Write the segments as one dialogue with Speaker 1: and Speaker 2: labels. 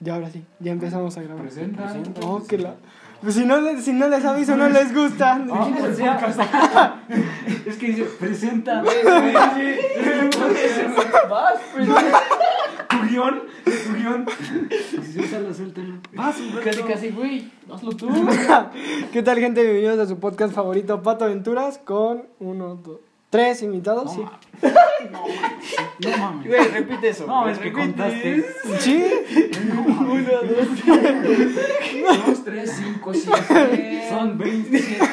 Speaker 1: Ya ahora sí, ya empezamos a grabar.
Speaker 2: Presenta. Presenta.
Speaker 1: Oh, que la- Pues si no, les, si no les aviso, no les gusta.
Speaker 2: Ah,
Speaker 3: Dijiste
Speaker 2: pues,
Speaker 3: el
Speaker 2: podcast. es que dice, presenta.
Speaker 3: Vas, pues.
Speaker 2: Tu guión, tu guión. Suéltalo, suéltalo. Vas,
Speaker 3: Casi, casi, güey. Hazlo tú.
Speaker 1: ¿Qué tal, gente? Bienvenidos a su podcast favorito, Pato Aventuras, con uno, dos, tres invitados. sí.
Speaker 2: No mames.
Speaker 3: Güey, repite eso.
Speaker 2: No, es que contaste.
Speaker 1: Sí,
Speaker 3: Uno, dos,
Speaker 2: 2, 3, 5, 7. Son 27,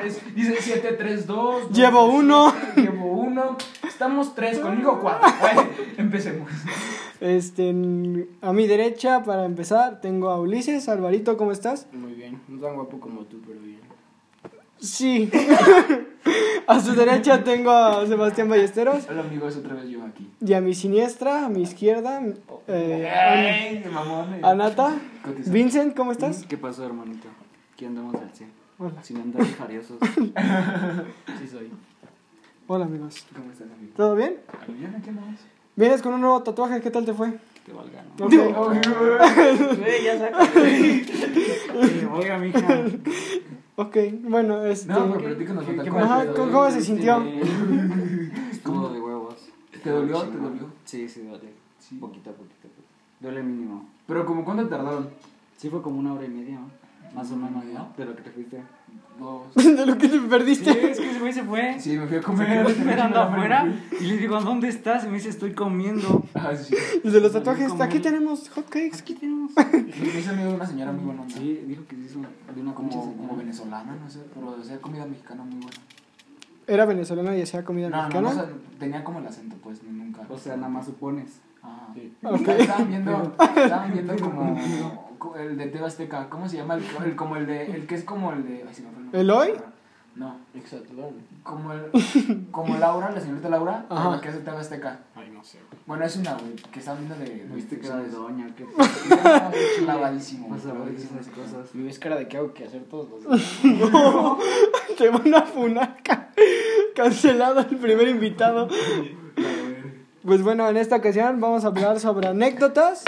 Speaker 2: 3. Dice 7, 3, 2.
Speaker 1: Llevo uno.
Speaker 2: Llevo uno. Estamos 3, conmigo 4. Empecemos.
Speaker 1: Este, en- a mi derecha, para empezar, tengo a Ulises. Alvarito, ¿cómo estás?
Speaker 4: Muy bien, no tan guapo como tú, pero bien.
Speaker 1: Sí. a su derecha tengo a Sebastián Ballesteros.
Speaker 2: Hola, amigos, otra vez yo aquí.
Speaker 1: Y a mi siniestra, a mi izquierda, eh,
Speaker 2: Ay, mamones.
Speaker 1: a Nata.
Speaker 4: Cotiza.
Speaker 1: Vincent, ¿cómo estás?
Speaker 4: ¿Qué pasó, hermanito? Aquí andamos al 100.
Speaker 1: Hola.
Speaker 4: Sin andar jariosos. sí soy.
Speaker 1: Hola, amigos.
Speaker 2: ¿Cómo estás, amigo?
Speaker 1: ¿Todo bien?
Speaker 2: Mañana, ¿qué más?
Speaker 1: Vienes con un nuevo tatuaje, ¿qué tal te fue?
Speaker 4: Que valga, ¿no?
Speaker 1: Ok.
Speaker 3: tres. Güey, ya saca.
Speaker 4: Eh, Oiga, mija.
Speaker 1: Ok, bueno, este.
Speaker 2: No, pero platícanos,
Speaker 4: ¿Qué-
Speaker 2: Nata,
Speaker 4: qué
Speaker 2: ¿cuál
Speaker 1: Ajá,
Speaker 2: te
Speaker 4: mal
Speaker 1: ¿cómo-
Speaker 2: dolió?
Speaker 1: cómo se
Speaker 4: Este,
Speaker 1: sintió?
Speaker 4: Estuvo de huevos.
Speaker 2: ¿Te dolió?
Speaker 4: Sí,
Speaker 2: ¿Te
Speaker 4: ¿no?
Speaker 2: dolió?
Speaker 4: Sí, sí, duele.
Speaker 2: Sí.
Speaker 4: Poquito a poquito. poquito. Duele mínimo.
Speaker 2: Pero como cuánto tardaron?
Speaker 4: Sí, fue como una hora y media, ¿no? Más o menos, ¿no? De lo que te fuiste.
Speaker 2: Dos.
Speaker 1: De lo que te perdiste.
Speaker 4: que ese güey se fue.
Speaker 2: Sí, me fui a
Speaker 4: Me
Speaker 2: comer.
Speaker 4: quedó
Speaker 2: Me fui a
Speaker 4: esperando
Speaker 2: comer.
Speaker 4: afuera y le digo, ¿dónde estás? Y me dice, estoy comiendo.
Speaker 2: Ah, sí.
Speaker 1: El de los tatuajes.
Speaker 4: Como-
Speaker 1: Aquí tenemos hotcakes.
Speaker 4: Aquí tenemos.
Speaker 2: Me hizo amigo de una señora muy buena. onda.
Speaker 4: Sí, dijo que se hizo de una
Speaker 2: Como,
Speaker 4: concha
Speaker 2: como
Speaker 4: señora.
Speaker 2: venezolana, no sé, pero o sea, comida mexicana muy buena.
Speaker 1: Era venezolano y hacía comida
Speaker 2: No, no, no, o
Speaker 1: mexicana.
Speaker 2: sea, tenía como el acento, pues, no, nunca.
Speaker 4: O sea, nada más supones.
Speaker 2: Ah.
Speaker 4: Sí.
Speaker 1: Ok.
Speaker 2: Estaban viendo, estaban viendo como co- el de Teba Azteca, ¿cómo se llama? El, el- como el de, el que es como el de... Ay, se me fue nombre.
Speaker 1: ¿El hoy?
Speaker 2: No,
Speaker 4: Exacto.
Speaker 2: como el, como Laura, la señorita Laura,
Speaker 1: Ajá.
Speaker 2: la que hace Teba Azteca.
Speaker 4: Ay, no sé, güey.
Speaker 2: Bueno, es una, güey, que están viendo de...
Speaker 4: Viste que era de doña, qué
Speaker 2: No, Clavadísimo.
Speaker 4: Vas a ver
Speaker 2: clavadísimo.
Speaker 4: esas cosas.
Speaker 3: Mi ves cara de que hago que hacer todos los días.
Speaker 1: Te van a funar. ca- Cancelado el primer invitado.
Speaker 2: eh.
Speaker 1: Pues bueno, en esta ocasión vamos a hablar sobre anécdotas.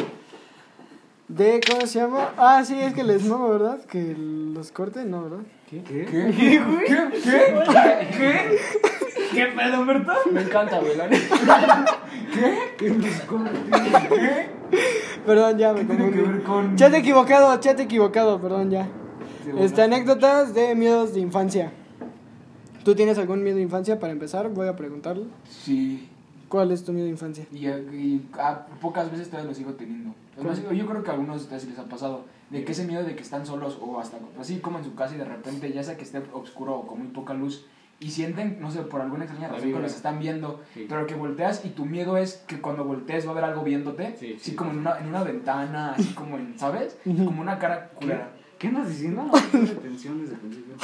Speaker 1: De cómo se llama. Ah, sí, es que les no, ¿verdad? Que los corten, no, ¿verdad?
Speaker 4: ¿Qué?
Speaker 2: ¿Qué? ¿Qué, güey? ¿Qué? ¿Qué?
Speaker 3: ¿Qué pedo, Humberto? Me encanta, güey. la neta.
Speaker 1: Perdón, ya me
Speaker 2: Tiene que ver
Speaker 1: confundí.
Speaker 2: con...
Speaker 1: Chat equivocado, chat equivocado, perdón, ya.
Speaker 4: Te
Speaker 1: Este, anécdotas de miedos de infancia. ¿Tú tienes algún miedo de infancia para empezar? Voy a preguntarle.
Speaker 2: Sí.
Speaker 1: ¿Cuál es tu miedo de infancia?
Speaker 2: Y, y a- pocas veces todavía lo sigo teniendo. Además, yo creo que a algunos de ustedes sí les ha pasado. De que ese miedo de que están solos o hasta así como en su casa y de repente, ya sea que esté oscuro o con muy poca luz, y sienten, no sé, por alguna extraña
Speaker 3: La
Speaker 2: razón que
Speaker 3: vibra.
Speaker 2: los están viendo,
Speaker 3: Sí.
Speaker 2: pero que volteas y tu miedo es que cuando voltees va a haber algo viéndote,
Speaker 3: Sí,
Speaker 2: así
Speaker 3: sí.
Speaker 2: como en una, en una ventana, así como en, ¿sabes?
Speaker 1: Ujú.
Speaker 2: Como una cara culera.
Speaker 4: ¿Qué andas diciendo? Ponle atención desde el principio.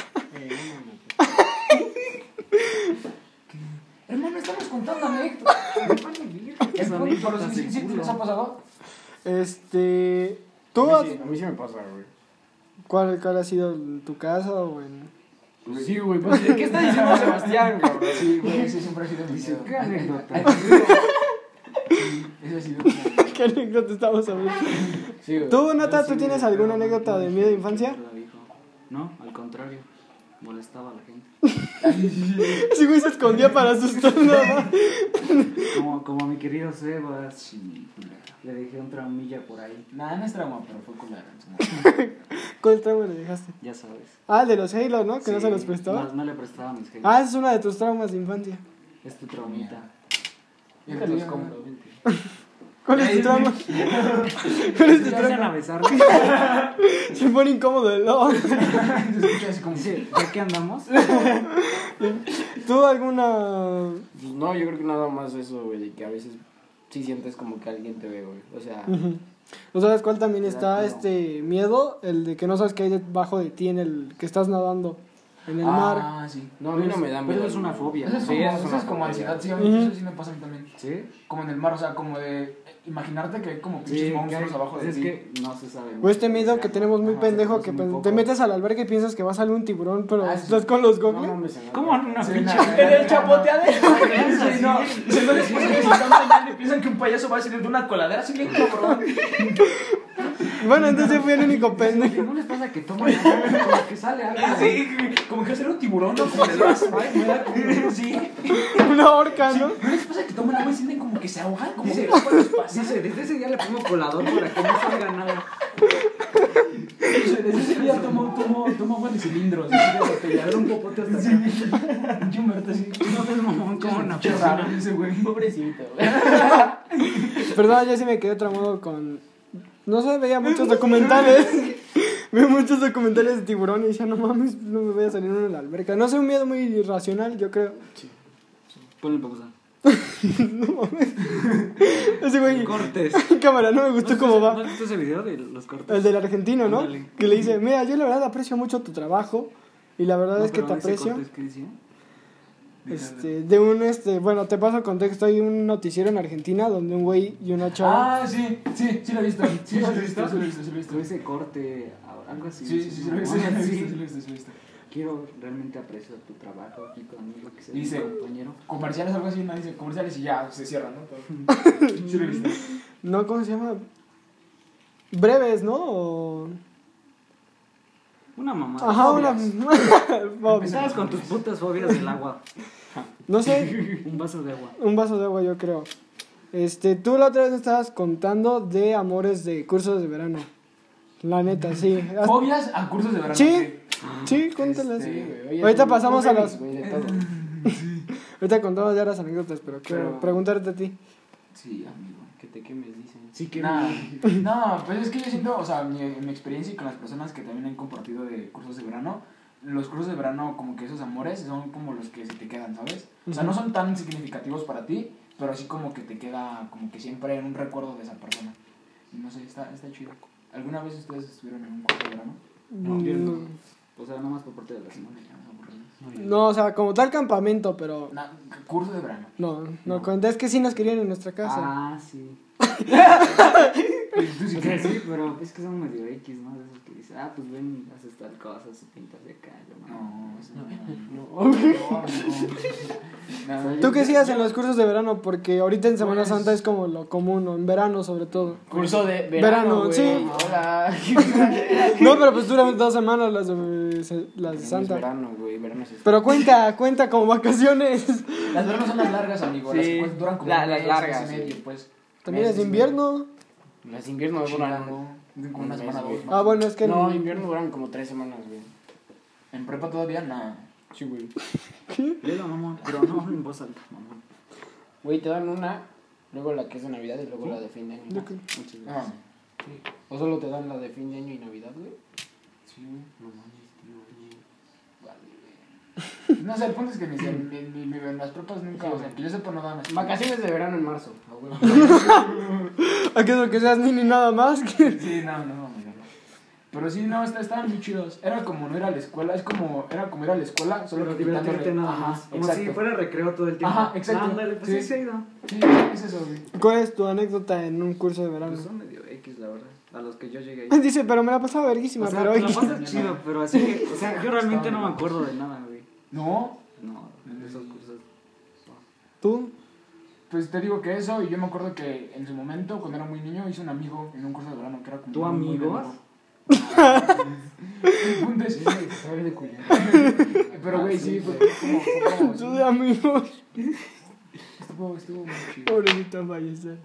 Speaker 2: Hermano, estamos contando anécdotas.
Speaker 4: Son
Speaker 2: Pero
Speaker 4: anécdotas
Speaker 2: sí, sí,
Speaker 4: del
Speaker 2: sí,
Speaker 4: culo.
Speaker 2: les ha pasado?
Speaker 1: Este. ¿Tú
Speaker 5: A
Speaker 1: has-
Speaker 5: mí, sí, a mí sí me pasa, güey.
Speaker 1: ¿Cuál, cuál ha sido en tu casa o en.?
Speaker 5: Sí, güey, pues, ¿qué está diciendo Sebastián, cabrón?
Speaker 2: Sí, güey, ese siempre ha sido mi
Speaker 4: Dice,
Speaker 2: miedo.
Speaker 4: ¿qué anécdota?
Speaker 2: Ay, ay, sí, Ese ha sido mi miedo.
Speaker 1: ¿Qué anécdota estamos hablando?
Speaker 5: Sí, güey.
Speaker 1: ¿Tú, Nata, tú
Speaker 4: Sí,
Speaker 1: tienes
Speaker 4: pero
Speaker 1: alguna
Speaker 4: no
Speaker 1: anécdota de
Speaker 4: dije
Speaker 1: miedo de
Speaker 4: que
Speaker 1: infancia?
Speaker 4: era viejo. No, al contrario. Molestaba a la gente.
Speaker 1: Ese güey se escondía para asustar nada más.
Speaker 4: Como, como mi querido Sebas. Le dejé un traumilla por ahí.
Speaker 2: Nada, no es trauma, pero fue culera.
Speaker 1: ¿Cuál trauma le dejaste?
Speaker 4: Ya sabes.
Speaker 1: Ah, el de los Halo, ¿no? Que no se los prestaba.
Speaker 4: No, no le prestaba a mis jefes.
Speaker 1: Ah, esa es una de tus traumas de infancia.
Speaker 4: Es tu traumita.
Speaker 2: Y el
Speaker 3: Nunca los
Speaker 2: tuyo,
Speaker 3: compro.
Speaker 1: ¿Cuál es tu trauma? ¿Cuál es tu
Speaker 4: empiezan a
Speaker 1: trauma?
Speaker 4: besarme.
Speaker 1: Se pone incómodo el lobo.
Speaker 2: se escucha así como...
Speaker 4: Dice, ¿ya que andamos?
Speaker 1: ¿Tú alguna.?
Speaker 5: Pues, no, yo creo que nada más eso, güey, de que a veces sí sientes como que alguien te ve, güey. O sea,
Speaker 1: Ujú. ¿No sabes cuál también
Speaker 4: Ya,
Speaker 1: está
Speaker 4: no.
Speaker 1: este miedo? El de que no sabes qué hay debajo de ti en el que estás nadando en el mar.
Speaker 2: Ah, sí.
Speaker 5: no, a mí no me da
Speaker 4: Pero
Speaker 5: miedo.
Speaker 4: eso es una
Speaker 5: güey.
Speaker 4: fobia.
Speaker 2: Eso es
Speaker 5: Sí,
Speaker 2: como,
Speaker 5: eso es
Speaker 2: eso
Speaker 5: una
Speaker 2: es como
Speaker 5: fobia.
Speaker 2: ansiedad, sí, a
Speaker 1: Ujú.
Speaker 2: mí eso sí me pasa a mí también.
Speaker 4: ¿Sí?
Speaker 2: Como en el mar, o sea, como de eh, imaginarte que hay como
Speaker 4: Sí,
Speaker 2: pinches
Speaker 4: que
Speaker 2: monstruos
Speaker 4: hay-
Speaker 2: abajo de
Speaker 4: es
Speaker 2: ti.
Speaker 4: que no se sabe.
Speaker 1: O este miedo que tenemos muy
Speaker 4: Ajá,
Speaker 1: pendejo
Speaker 4: se
Speaker 1: que
Speaker 4: conoce
Speaker 1: pen-
Speaker 4: muy
Speaker 1: te
Speaker 4: poco.
Speaker 1: metes al albergue y piensas que va a salir un tiburón, pero
Speaker 2: Ah, sí.
Speaker 1: estás con los
Speaker 5: No
Speaker 1: gogles.
Speaker 5: mames, en la-
Speaker 4: ¿Cómo en una
Speaker 2: Sí,
Speaker 4: pinche?
Speaker 2: nada,
Speaker 3: En el
Speaker 2: nada,
Speaker 3: chapoteadero.
Speaker 2: nada. Sí, no. Si no les pasa que se están bañando y piensan que un payaso va a salir de una coladera, así bien cabrón.
Speaker 1: Bueno, entonces fui el único pendejo.
Speaker 4: ¿No les pasa que toman algo como que sale algo?
Speaker 2: Ah, Sí, como que hacer un tiburón, ¿no? Como de las- Ay, me da como- Sí.
Speaker 1: Una horca, ¿no?
Speaker 2: ¿No les pasa que toman agua y sienten como que se ahogan? Como
Speaker 4: Dice,
Speaker 2: que los palos pasan.
Speaker 4: Dice, desde ese día le pongo colador para que no salga nada.
Speaker 2: Desde ese día tomo, tomo, tomo agua de cilindros. así de botella.
Speaker 4: Era un popote hasta acá.
Speaker 2: Yo muerto así.
Speaker 4: No seas mamón como una
Speaker 2: Qué
Speaker 4: persona.
Speaker 2: raro ese güey.
Speaker 5: Pobrecito, güey.
Speaker 1: Perdón, yo sí me quedé tramado con. No sé, veía muchos documentales. Veo muchos documentales de tiburones y decía, no mames, no me voy a salir uno en la alberca. No sé, un miedo muy irracional, yo creo.
Speaker 4: Ponle pausa.
Speaker 1: No mames. Ese güey.
Speaker 4: Cortes.
Speaker 1: Cámara, no me gustó cómo va.
Speaker 4: ¿No has visto ese video de los cortes?
Speaker 1: El del argentino, ¿no?
Speaker 4: Ándale.
Speaker 1: Que le dice, mira, yo la verdad aprecio mucho tu trabajo y la verdad
Speaker 4: No,
Speaker 1: es que
Speaker 4: pero
Speaker 1: te
Speaker 4: ese
Speaker 1: aprecio.
Speaker 4: cortes que decía.
Speaker 1: Este, de un, este, bueno, te paso contexto, hay un noticiero en Argentina donde un güey y una chava...
Speaker 2: Ah, sí, sí, sí lo he visto. Sí, sí lo he visto, sí lo he visto, sí lo he visto.
Speaker 4: Pero ese corte, algo así.
Speaker 2: Sí, sí, sí lo he visto, sí lo he
Speaker 4: Mamón,
Speaker 2: visto,
Speaker 4: sí.
Speaker 2: sí lo he visto, sí lo he visto.
Speaker 4: Quiero realmente apreciar tu trabajo aquí conmigo, que seas mi
Speaker 2: Dice-
Speaker 4: compañero.
Speaker 2: Comerciales, algo así, nadie dice comerciales y ya se cierran, ¿no? Todo. Sí lo he visto.
Speaker 4: Ah.
Speaker 1: No, ¿cómo se llama? Breves, ¿no? O-
Speaker 4: Una mamá.
Speaker 1: Ajá, una... Fobias.
Speaker 4: Empezabas con tus putas fobias del agua.
Speaker 1: no sé,
Speaker 4: Un vaso de agua.
Speaker 1: un vaso de agua yo creo. Este, tú la otra vez me estabas contando de amores de cursos de verano. La neta, sí. Haz-
Speaker 2: Fobias a cursos de verano.
Speaker 1: Sí, sí, cuéntalas.
Speaker 4: Este,
Speaker 5: Sí, güey, oye,
Speaker 1: Ahorita
Speaker 5: tú-
Speaker 1: pasamos
Speaker 5: tú
Speaker 1: a
Speaker 5: feliz,
Speaker 1: los...
Speaker 5: güey, de todo.
Speaker 1: Ahorita contamos ya las anécdotas, pero quiero
Speaker 2: Pero-
Speaker 1: preguntarte a ti.
Speaker 2: Sí, amigo.
Speaker 5: Que te quemes, dicen.
Speaker 4: Sí, que
Speaker 2: Nah, no, pues es que yo siento, o sea, mi, en mi experiencia y con las personas que también han compartido de cursos de verano, los cursos de verano, como que esos amores son como los que se te quedan, ¿sabes? O sea, no son tan significativos para ti, pero así como que te queda, como que siempre en un recuerdo de esa persona. Y no sé, está, está chido. ¿Alguna vez ustedes estuvieron en un curso de verano?
Speaker 4: No, yo
Speaker 1: Mm,
Speaker 4: no. O sea, nomás por parte de la semana.
Speaker 2: Ya nos aburrimos.
Speaker 1: No, o sea, como tal campamento, pero...
Speaker 2: Na- curso de verano.
Speaker 1: No, no, cuenta, es que sí nos querían en nuestra casa.
Speaker 4: Ah, sí.
Speaker 2: Tú sí
Speaker 4: O
Speaker 2: que-
Speaker 4: sea, sí, pero es que son medio X, ¿no? De esos que dicen, ah, pues ven, y haces tal cosa, si pintas de acá, yo no.
Speaker 2: No, eso no.
Speaker 5: No.
Speaker 2: No, no. No,
Speaker 1: ¿Tú
Speaker 2: yo-
Speaker 1: qué hacías en los cursos de verano? Porque ahorita en Semana
Speaker 2: Pues-
Speaker 1: Santa es como lo común, o en verano sobre todo.
Speaker 5: Curso de
Speaker 1: Verano,
Speaker 5: verano, güey.
Speaker 1: sí.
Speaker 5: Hola.
Speaker 1: No, pero pues duran dos semanas las de, se- las de
Speaker 5: Verano es
Speaker 1: Santa.
Speaker 5: Verano, güey. Verano es
Speaker 1: Pero cuenta, cuenta como vacaciones.
Speaker 2: Las veranos son las largas, amigo. Las
Speaker 5: Sí.
Speaker 2: que pues, duran como
Speaker 5: La- las
Speaker 2: mes,
Speaker 5: largas,
Speaker 2: mes y
Speaker 5: sí.
Speaker 2: medio, pues.
Speaker 1: También es
Speaker 5: Meses,
Speaker 1: invierno.
Speaker 5: Las invierno
Speaker 2: Duran
Speaker 5: duran.
Speaker 2: como una
Speaker 5: Un mes,
Speaker 2: semana o
Speaker 5: güey.
Speaker 2: dos. ¿no?
Speaker 1: Ah, bueno, es que... el-
Speaker 5: No, invierno duran como tres semanas, güey.
Speaker 2: En prepa todavía nada.
Speaker 5: Sí, güey.
Speaker 4: Lelo, mamón, pero no en voz alta, mamón.
Speaker 5: Güey, te dan una, luego la que es de Navidad y luego la de fin de año.
Speaker 1: Yo
Speaker 5: ¿no?
Speaker 1: creo-
Speaker 4: Muchas
Speaker 2: Ah,
Speaker 4: gracias.
Speaker 5: O solo te dan la de fin de año y Navidad, güey.
Speaker 2: sí, güey. Vale, güey. No sé, el punto es que mis, en, en- en- en las prepas nunca, o sea, que yo sepa no daban así.
Speaker 5: Vacaciones de verano en marzo. a huevo.
Speaker 1: ¿A qué es lo que seas ni ni nada más? que-
Speaker 2: Sí, no, no, amigo, no. Pero sí, no, está- estaban muy chidos. Era como no ir a la escuela, es como, era como ir a la escuela, solo
Speaker 4: Pero
Speaker 2: que
Speaker 4: divertirte
Speaker 2: quitándole-
Speaker 4: nada
Speaker 2: Ajá,
Speaker 4: más. Como
Speaker 2: exacto.
Speaker 4: si fuera recreo todo el tiempo.
Speaker 2: Ajá, exacto.
Speaker 4: Ándale, pues
Speaker 2: Sí.
Speaker 4: sí se ha ido.
Speaker 2: Sí, es eso, güey.
Speaker 1: ¿Cuál es tu anécdota en un curso de verano?
Speaker 4: Pues son medio X, la verdad. A los que yo llegué ahí.
Speaker 1: Dice, pero me la pasaba verguísima,
Speaker 4: O sea,
Speaker 1: pero
Speaker 4: te
Speaker 1: hoy...
Speaker 4: la pasas chido, pero así que, o sea, yo realmente no me acuerdo de nada, güey.
Speaker 2: No,
Speaker 4: No, de esos cursos.
Speaker 1: ¿Tú?
Speaker 2: Pues te digo que eso, y yo me acuerdo que en su momento, cuando era muy niño, hice un amigo en un curso de verano que era como.
Speaker 4: ¿Tú
Speaker 2: muy, muy
Speaker 4: amigos?
Speaker 2: amigo. Ah, El punto es- Pero güey, sí, fue como. fue como-
Speaker 1: Yo de amigos.
Speaker 2: Estuvo, estuvo muy chido.
Speaker 1: Pobrecita fallecer.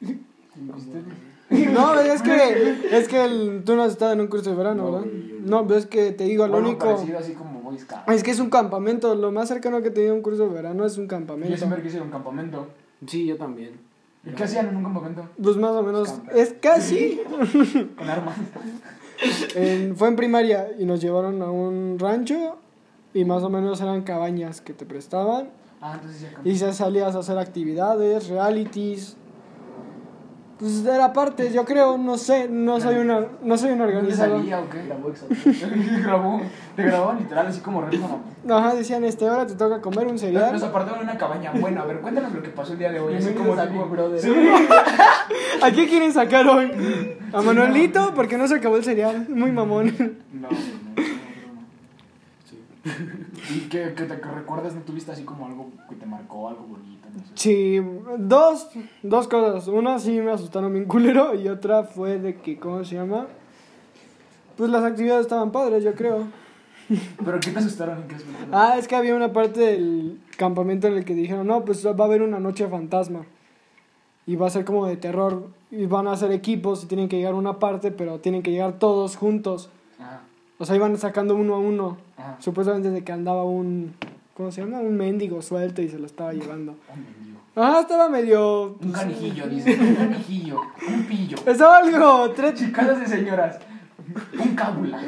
Speaker 2: Ustedes-
Speaker 1: No, pero es que, es que el- tú no has estado en un curso de verano,
Speaker 5: No,
Speaker 1: ¿verdad?
Speaker 5: güey, yo no.
Speaker 1: No, pero es que te digo, lo
Speaker 2: Bueno,
Speaker 1: único...
Speaker 2: parecido así como Boy Scout.
Speaker 1: Es que es un campamento, lo más cercano que he tenido a un curso de verano es un
Speaker 2: Yo
Speaker 1: campamento.
Speaker 2: siempre quise ir a un campamento.
Speaker 5: Sí, yo también.
Speaker 2: ¿Y qué hacían en un campamento?
Speaker 1: Pues más o menos, es casi.
Speaker 2: Con armas.
Speaker 1: En- fue en primaria y nos llevaron a un rancho y más o menos eran cabañas que te prestaban
Speaker 2: Ah, entonces ya
Speaker 1: y se salías a hacer actividades, realities. Pues era parte, yo creo, no sé, no soy una, no soy un
Speaker 2: ¿Dónde
Speaker 1: organizador.
Speaker 2: salía o qué? Grabó Grabó. Te grabó literal así como random.
Speaker 1: Ajá, decían, este, ahora te toca comer un
Speaker 2: Nos
Speaker 1: cereal.
Speaker 2: apartaron en una cabaña. Bueno, a ver, cuéntanos lo que pasó el día de hoy. Así como
Speaker 5: Bienvenidos a
Speaker 2: tipo-
Speaker 5: Big Brother.
Speaker 2: Sí.
Speaker 1: ¿A qué quieren sacar hoy? A Manuelito, porque no se acabó el cereal, muy mamón.
Speaker 2: No, no, no, no, no. Y que, que te que recuerdas, ¿no tuviste así como algo que te marcó, algo bonito? No sé.
Speaker 1: Sí, dos, dos cosas. Una sí me asustaron bien culero y otra fue de que, ¿cómo se llama? Pues las actividades estaban padres, yo creo.
Speaker 2: ¿Pero qué te asustaron en qué aspecto?
Speaker 1: Ah, es que había una parte del campamento en el que dijeron, no, pues va a haber una noche fantasma. Y va a ser como de terror. Y van a hacer equipos y tienen que llegar a una parte, pero tienen que llegar todos juntos.
Speaker 2: Ajá.
Speaker 1: O sea, iban sacando uno a uno.
Speaker 2: Ajá.
Speaker 1: Supuestamente de que andaba un... ¿Cómo se llama? Un mendigo suelto y se lo estaba llevando.
Speaker 2: Un mendigo.
Speaker 1: Ah, estaba medio... pues,
Speaker 2: Un canijillo, dice. Un canijillo. Un pillo.
Speaker 1: Estaba algo... Tres
Speaker 2: Chicadas de señoras. Un cábula.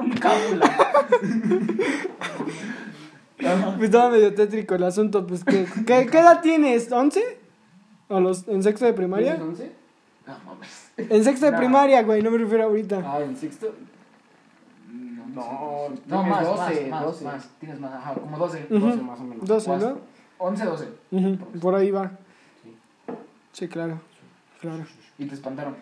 Speaker 2: Un cábula.
Speaker 1: Pues Estaba medio tétrico el asunto, pues ¿qué, qué, qué edad tienes? ¿11? ¿O los, ¿En sexto de primaria?
Speaker 5: ¿Entonces?
Speaker 2: No mames.
Speaker 1: En sexto de
Speaker 5: No.
Speaker 1: primaria, güey, no me refiero ahorita.
Speaker 5: Ah, en sexto.
Speaker 2: No,
Speaker 5: No,
Speaker 2: sé.
Speaker 5: creo
Speaker 2: no
Speaker 5: que
Speaker 2: más,
Speaker 5: 12,
Speaker 2: más, más,
Speaker 5: 12.
Speaker 2: más. Tienes más, ajá, como 12.
Speaker 1: Ujú.
Speaker 5: 12 más o menos.
Speaker 1: 12, ¿no?
Speaker 2: 11, 12.
Speaker 1: Ujú, Por ahí va. Sí, claro. Claro.
Speaker 2: Y te espantaron.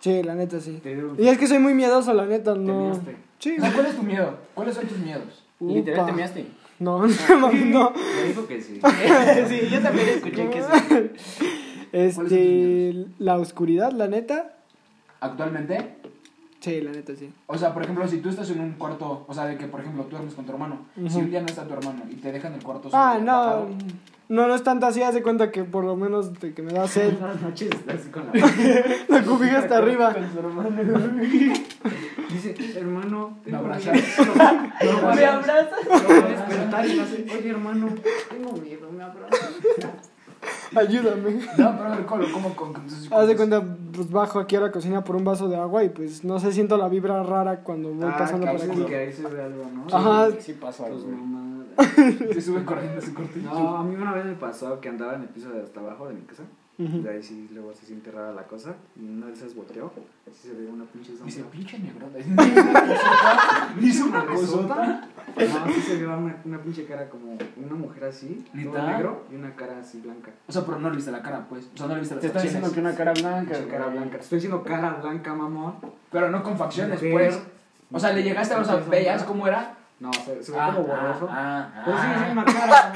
Speaker 1: Sí, la neta sí.
Speaker 4: Te dieron-
Speaker 1: Y es que soy muy miedoso, la neta,
Speaker 4: te
Speaker 1: no.
Speaker 4: miaste.
Speaker 1: Sí.
Speaker 2: O sea, ¿Cuál es tu miedo? ¿Cuáles son tus miedos?
Speaker 5: Literal,
Speaker 1: Upa.
Speaker 5: te measte.
Speaker 1: No, no, no.
Speaker 4: Me dijo que sí.
Speaker 5: sí, yo también escuché que sí.
Speaker 2: tus miedos?
Speaker 1: Este, la oscuridad, la neta.
Speaker 2: Actualmente,
Speaker 1: Sí, la neta sí.
Speaker 2: o sea, por ejemplo, si tú estás en un cuarto, o sea, de que, por ejemplo, tú duermes con tu hermano, si
Speaker 1: Ujú.
Speaker 2: un día no está tu hermano y te dejan el cuarto solo,
Speaker 1: Ah, no.
Speaker 2: apagado,
Speaker 1: No, no es tanto así, haz de cuenta que por lo menos de que me da sed.
Speaker 4: Todas las noches estás con la.
Speaker 1: La cubija hasta arriba.
Speaker 4: Dice, hermano,
Speaker 2: Me
Speaker 4: tengo
Speaker 2: abraza.
Speaker 4: miedo". Lo
Speaker 5: Me
Speaker 4: vas
Speaker 5: abrazas.
Speaker 4: a despertar y vas a decir, oye, hermano, tengo miedo, me abraza.
Speaker 1: Ayúdame.
Speaker 2: No, pero a ver, ¿cómo? ¿Cómo? ¿Con- con tus-
Speaker 1: Haz de cuenta, pues bajo aquí a la cocina por un vaso de agua y pues no sé, siento la vibra rara cuando voy
Speaker 4: Ah,
Speaker 1: pasando
Speaker 4: que
Speaker 1: por
Speaker 4: dices
Speaker 1: aquí.
Speaker 4: que a veces ve algo, ¿no?
Speaker 1: Ajá.
Speaker 5: Sí, pasa,
Speaker 4: Tus
Speaker 5: güey.
Speaker 4: mamadas.
Speaker 2: Se sube corriendo su corte.
Speaker 4: No, a mí una vez me pasó que andaba en el piso de hasta abajo de mi casa.
Speaker 1: Ujú.
Speaker 4: De ahí sí luego se siente rara la cosa. Y una de esas volteó. Así se ve una pinche sombra.
Speaker 2: Dice, pinche negrota. Dice, una cosota. Dice una cosota.
Speaker 4: No, sí se ve una, una pinche cara como una mujer así. Todo
Speaker 2: ¿Neta?
Speaker 4: negro y una cara así blanca.
Speaker 2: O sea, pero no le viste la cara, pues. O sea, no le viste las
Speaker 5: Te está diciendo que
Speaker 2: facciones.
Speaker 5: una cara blanca.
Speaker 4: Pinche cara
Speaker 5: güey.
Speaker 4: blanca. Estoy diciendo cara blanca, mamón.
Speaker 2: Pero no con facciones,
Speaker 4: Mujer.
Speaker 2: pues. O sea, le llegaste a ver, o sea,
Speaker 4: Mujer.
Speaker 2: veías cómo era.
Speaker 4: No, se, se ve
Speaker 2: Ah,
Speaker 4: como borroso.
Speaker 2: ah, ah,
Speaker 4: Pero sí,
Speaker 2: ah.
Speaker 4: es una cara.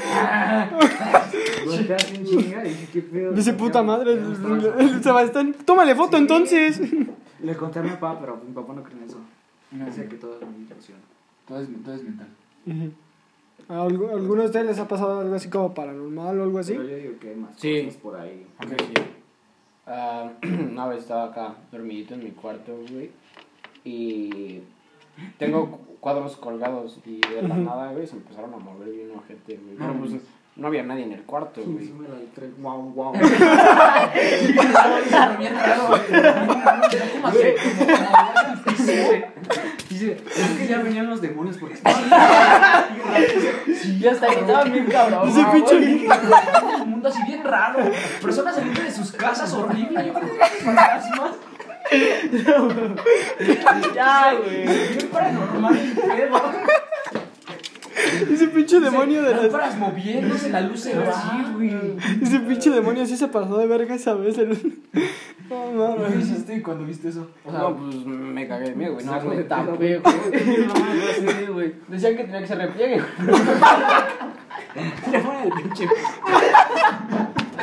Speaker 4: Voltea así en chinga y dije, qué pedo.
Speaker 1: Dice
Speaker 4: Ya-
Speaker 1: puta madre,
Speaker 4: ya no
Speaker 1: el-
Speaker 4: estaba
Speaker 1: el-
Speaker 4: esa-
Speaker 1: el Sebastián. Tómale foto
Speaker 4: Sí.
Speaker 1: entonces.
Speaker 4: Le conté a mi papá, pero mi papá no cree en eso.
Speaker 2: No,
Speaker 4: Dice que todo es una ilusión.
Speaker 2: todo, es, todo es mental.
Speaker 1: Ujú. ¿A algu- ¿Alguno de ustedes les ha pasado algo así como paranormal o algo así?
Speaker 4: Pero yo digo que hay más
Speaker 5: Sí.
Speaker 4: cosas por ahí.
Speaker 5: Ok, sí. Ah, una vez estaba acá, dormidito en mi cuarto, güey. Y tengo cu- cuadros colgados y de la
Speaker 1: Ujú.
Speaker 5: nada, güey, se empezaron a mover bien ojete, güey.
Speaker 2: No,
Speaker 5: Pero pues
Speaker 2: mames.
Speaker 5: no había nadie en el cuarto,
Speaker 4: Sí,
Speaker 5: güey.
Speaker 4: sí me la traigo. Guau, guau.
Speaker 2: Pero bien raro. ¿Cómo hacer?
Speaker 4: Dice, es que ya venían los demonios porque estaban
Speaker 2: Sí,
Speaker 5: Yo hasta gritaba bien cabrón.
Speaker 1: Ese
Speaker 5: güey.
Speaker 1: pinche-
Speaker 2: El mundo así bien raro. Personas saliendo de sus casas horrible. Yo creo que fantasmas.
Speaker 5: Ya, güey.
Speaker 2: Bien paranormal. Pero,
Speaker 1: Ese pinche demonio de las...
Speaker 2: lámparas moviéndose, la luz se va.
Speaker 4: así, güey.
Speaker 1: Ese pinche demonio sí se pasó de verga esa vez. el- No
Speaker 2: ¿Qué
Speaker 1: mames.
Speaker 2: hiciste cuando viste eso? O sea,
Speaker 5: No, pues me cagué de miedo, güey. No,
Speaker 4: Saco
Speaker 5: me
Speaker 4: de pedo,
Speaker 5: tapé,
Speaker 4: güey.
Speaker 5: güey.
Speaker 4: No, no sé, güey.
Speaker 5: Decían que tenía que ser repliegue, güey.
Speaker 4: Se pone el pinche.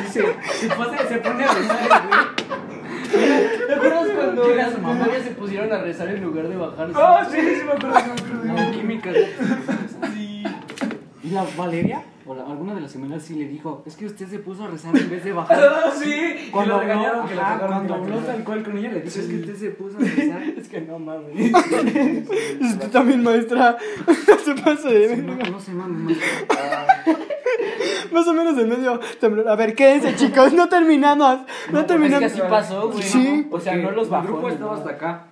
Speaker 4: Dice, se pone, se pone a besar, güey.
Speaker 5: ¿Te acuerdas cuando Ah,
Speaker 4: ¿Qué era
Speaker 5: las
Speaker 4: su mamá?
Speaker 5: mamás se pusieron a rezar en lugar de bajarse?
Speaker 2: sí, sí, me acuerdo. sí, me acuerdo.
Speaker 4: No, química. Sí. Y la Valeria, o la- alguna de las gemelas, sí le dijo: Es que usted se puso a rezar en vez de bajar.
Speaker 2: Ah, sí.
Speaker 4: Cuando
Speaker 2: Cuando regañaron, que la
Speaker 4: ajá,
Speaker 2: cagaron, que
Speaker 4: cuando
Speaker 2: la
Speaker 4: habló
Speaker 2: cagaron.
Speaker 4: tal cual con ella, le dijo: Es que usted se puso a rezar.
Speaker 5: Es que no mames.
Speaker 1: Usted también, maestra. se pasó de
Speaker 4: No,
Speaker 1: verga.
Speaker 4: no se mames.
Speaker 1: Más o menos en medio. temblor. A ver, quédense, chicos. No terminamos. No,
Speaker 5: Es que
Speaker 1: terminamos.
Speaker 5: así pasó, güey.
Speaker 1: Sí.
Speaker 5: O sea, no los
Speaker 4: El
Speaker 5: bajó.
Speaker 4: grupo
Speaker 5: ni
Speaker 4: estaba
Speaker 5: nada.
Speaker 4: hasta acá.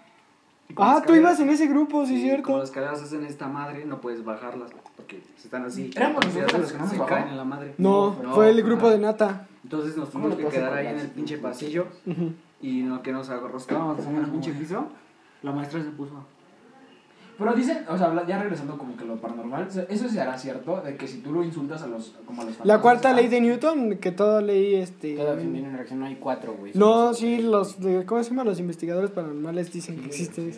Speaker 4: Y como
Speaker 1: Ah,
Speaker 4: las
Speaker 1: tú
Speaker 4: escaleras-
Speaker 1: ibas en ese grupo, sí,
Speaker 4: y Como
Speaker 1: cierto.
Speaker 4: las escaleras hacen esta madre, no puedes bajarlas. Porque si están así.
Speaker 2: Éramos
Speaker 4: se-
Speaker 2: nosotros los que no
Speaker 4: se
Speaker 2: nos
Speaker 4: caen
Speaker 2: bajamos.
Speaker 4: en la madre.
Speaker 1: No, fue el grupo de Nata.
Speaker 4: Entonces nos
Speaker 5: ¿Cómo
Speaker 4: tuvimos
Speaker 5: le
Speaker 4: que
Speaker 5: vas a
Speaker 4: quedar ahí en
Speaker 5: acordar?
Speaker 4: el pinche pasillo.
Speaker 1: Ujú.
Speaker 4: Y no, que nos agarroscábamos en el pinche
Speaker 2: güey.
Speaker 4: piso. La maestra se puso.
Speaker 2: Pero dicen, o sea, habla- ya regresando como que lo paranormal, o sea, eso se hará cierto, de que si tú lo insultas a los, como a los
Speaker 1: La
Speaker 2: fantasmas,
Speaker 1: cuarta
Speaker 2: ah,
Speaker 1: ley de Newton, que toda ley, este...
Speaker 5: Cada fin viene una reacción, no hay cuatro, güey.
Speaker 1: No,
Speaker 5: Son-
Speaker 1: sí, los... de- ¿Cómo se llama? Los investigadores paranormales dicen que existen.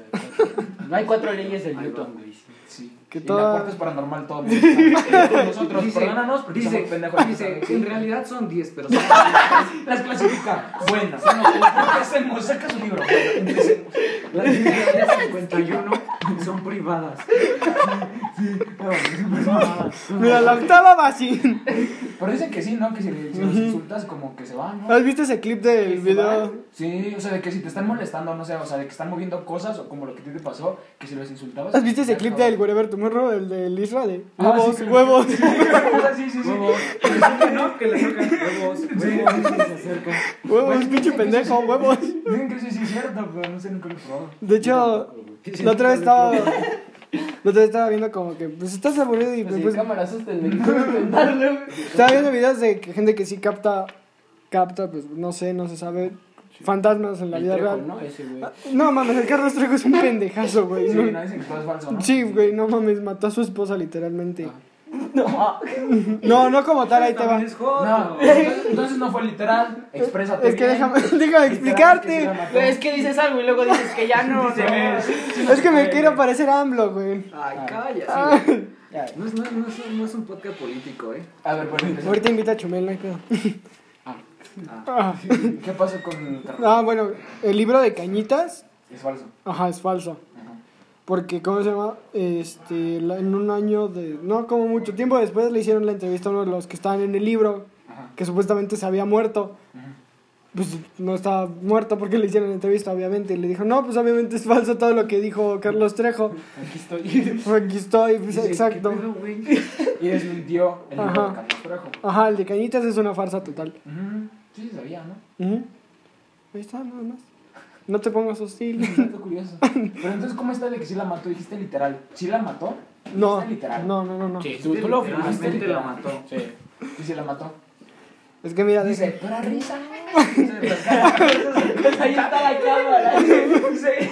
Speaker 5: No hay cuatro leyes del
Speaker 4: Ahí va.
Speaker 5: Newton, güey.
Speaker 2: Sí.
Speaker 1: Que
Speaker 2: y la
Speaker 1: toda...
Speaker 2: cuarta es paranormal todo. Eh, Nosotros,
Speaker 6: Dice-
Speaker 2: perdónanos porque
Speaker 6: dice,
Speaker 2: somos pendejos.
Speaker 6: dice, en realidad son 10, pero
Speaker 2: Las clasifica. Buenas. No, empecemos. Saca su libro. Empecemos.
Speaker 6: las líneas de 51 son privadas.
Speaker 1: Mira, la octava va así.
Speaker 2: Pero dicen que sí, ¿no? Que si, le- si los insultas, como que se van, ¿no?
Speaker 1: ¿Has visto ese clip del video?
Speaker 2: Sí, o sea, de que si te están molestando, no sé, o sea, de que están moviendo cosas, o como lo que a ti te pasó, que si los insultabas.
Speaker 1: ¿Has visto ese
Speaker 2: ya
Speaker 1: clip
Speaker 2: acabó.
Speaker 1: del Wherever Tomorrow, el del Isra de
Speaker 2: Ah,
Speaker 1: huevos,
Speaker 2: sí, claro.
Speaker 1: huevos?
Speaker 2: O sea, sí, sí, sí.
Speaker 6: Huevos,
Speaker 4: "Pues
Speaker 6: que le tocan, ¿no? Que le tocan huevos, huevos, que se acerca.
Speaker 1: Huevos,
Speaker 2: Bueno,
Speaker 1: pinche
Speaker 2: dicen que
Speaker 1: pendejo,
Speaker 2: sí, sí.
Speaker 1: huevos.
Speaker 2: Dicen que sí, sí, es cierto, pero no sé nunca lo he probado.
Speaker 1: De hecho, la otra vez estaba. La otra vez estaba viendo como que, pues estás aburrido y pues,
Speaker 5: Pues sí, cámara, asústenme. Quiero intentarlo, güey.
Speaker 1: estaba viendo videos de que gente que sí capta, capta, pues no sé, no se sabe, fantasmas en la
Speaker 5: El
Speaker 1: vida
Speaker 5: Trejo,
Speaker 1: real.
Speaker 5: ¿no? Ese, güey.
Speaker 1: Ah, No mames, el Carlos Trejo es un pendejazo, güey.
Speaker 2: Sí,
Speaker 1: no.
Speaker 2: no dicen que todo es falso, ¿no?
Speaker 1: Sí, güey, no mames, mató a su esposa literalmente. No, no como tal, ahí te va.
Speaker 6: También es joto.
Speaker 2: No, entonces entonces no fue literal. Exprésate.
Speaker 1: Es que
Speaker 2: bien.
Speaker 1: déjame, déjame explicarte.
Speaker 5: Pero es que dices algo y luego dices que ya no. no.
Speaker 1: Es que me quiero parecer AMLO, güey.
Speaker 6: Ay, cállate. No es, no, es- no es- no es un podcast político, ¿eh?
Speaker 2: A ver, pues empezar.
Speaker 1: Ahorita invita a Chumel, no hay pedo.
Speaker 2: ¿Qué pasó con el terror?
Speaker 1: Ah, bueno, el libro de Cañitas,
Speaker 2: Es falso.
Speaker 1: ajá, es falso.
Speaker 2: Ajá.
Speaker 1: Porque, ¿cómo se llama? Este, la- en un año de... No, como mucho tiempo después le hicieron la entrevista a uno de los que estaban en el libro,
Speaker 2: Ajá.
Speaker 1: que supuestamente se había muerto.
Speaker 2: Ajá.
Speaker 1: Pues no estaba muerto porque le hicieron la entrevista, obviamente. Y le dijo, no, pues obviamente es falso todo lo que dijo Carlos Trejo.
Speaker 5: Aquí estoy.
Speaker 1: Aquí estoy, pues,
Speaker 6: Dice, ¿qué
Speaker 1: exacto.
Speaker 6: pedo, güey?
Speaker 2: Y desmintió el libro
Speaker 1: Ajá.
Speaker 2: de Carlos Trejo.
Speaker 1: Ajá, el de Cañitas es una farsa total.
Speaker 2: Ujú. Sí, sabía, ¿no?
Speaker 1: Ujú. Ahí está, nada más. No te pongas hostil.
Speaker 2: Un dato curioso. Pero entonces, ¿cómo está de que sí la mató? Dijiste literal. ¿Sí la mató?
Speaker 1: No,
Speaker 2: Dijiste literal.
Speaker 1: no, no, no, no.
Speaker 5: Sí, tú, tú lo firmaste.
Speaker 6: Literalmente la mató.
Speaker 5: Sí.
Speaker 2: Y sí la mató.
Speaker 1: Es que mira, deja-
Speaker 2: Dice, pero risa. Ahí está la cámara. Dice,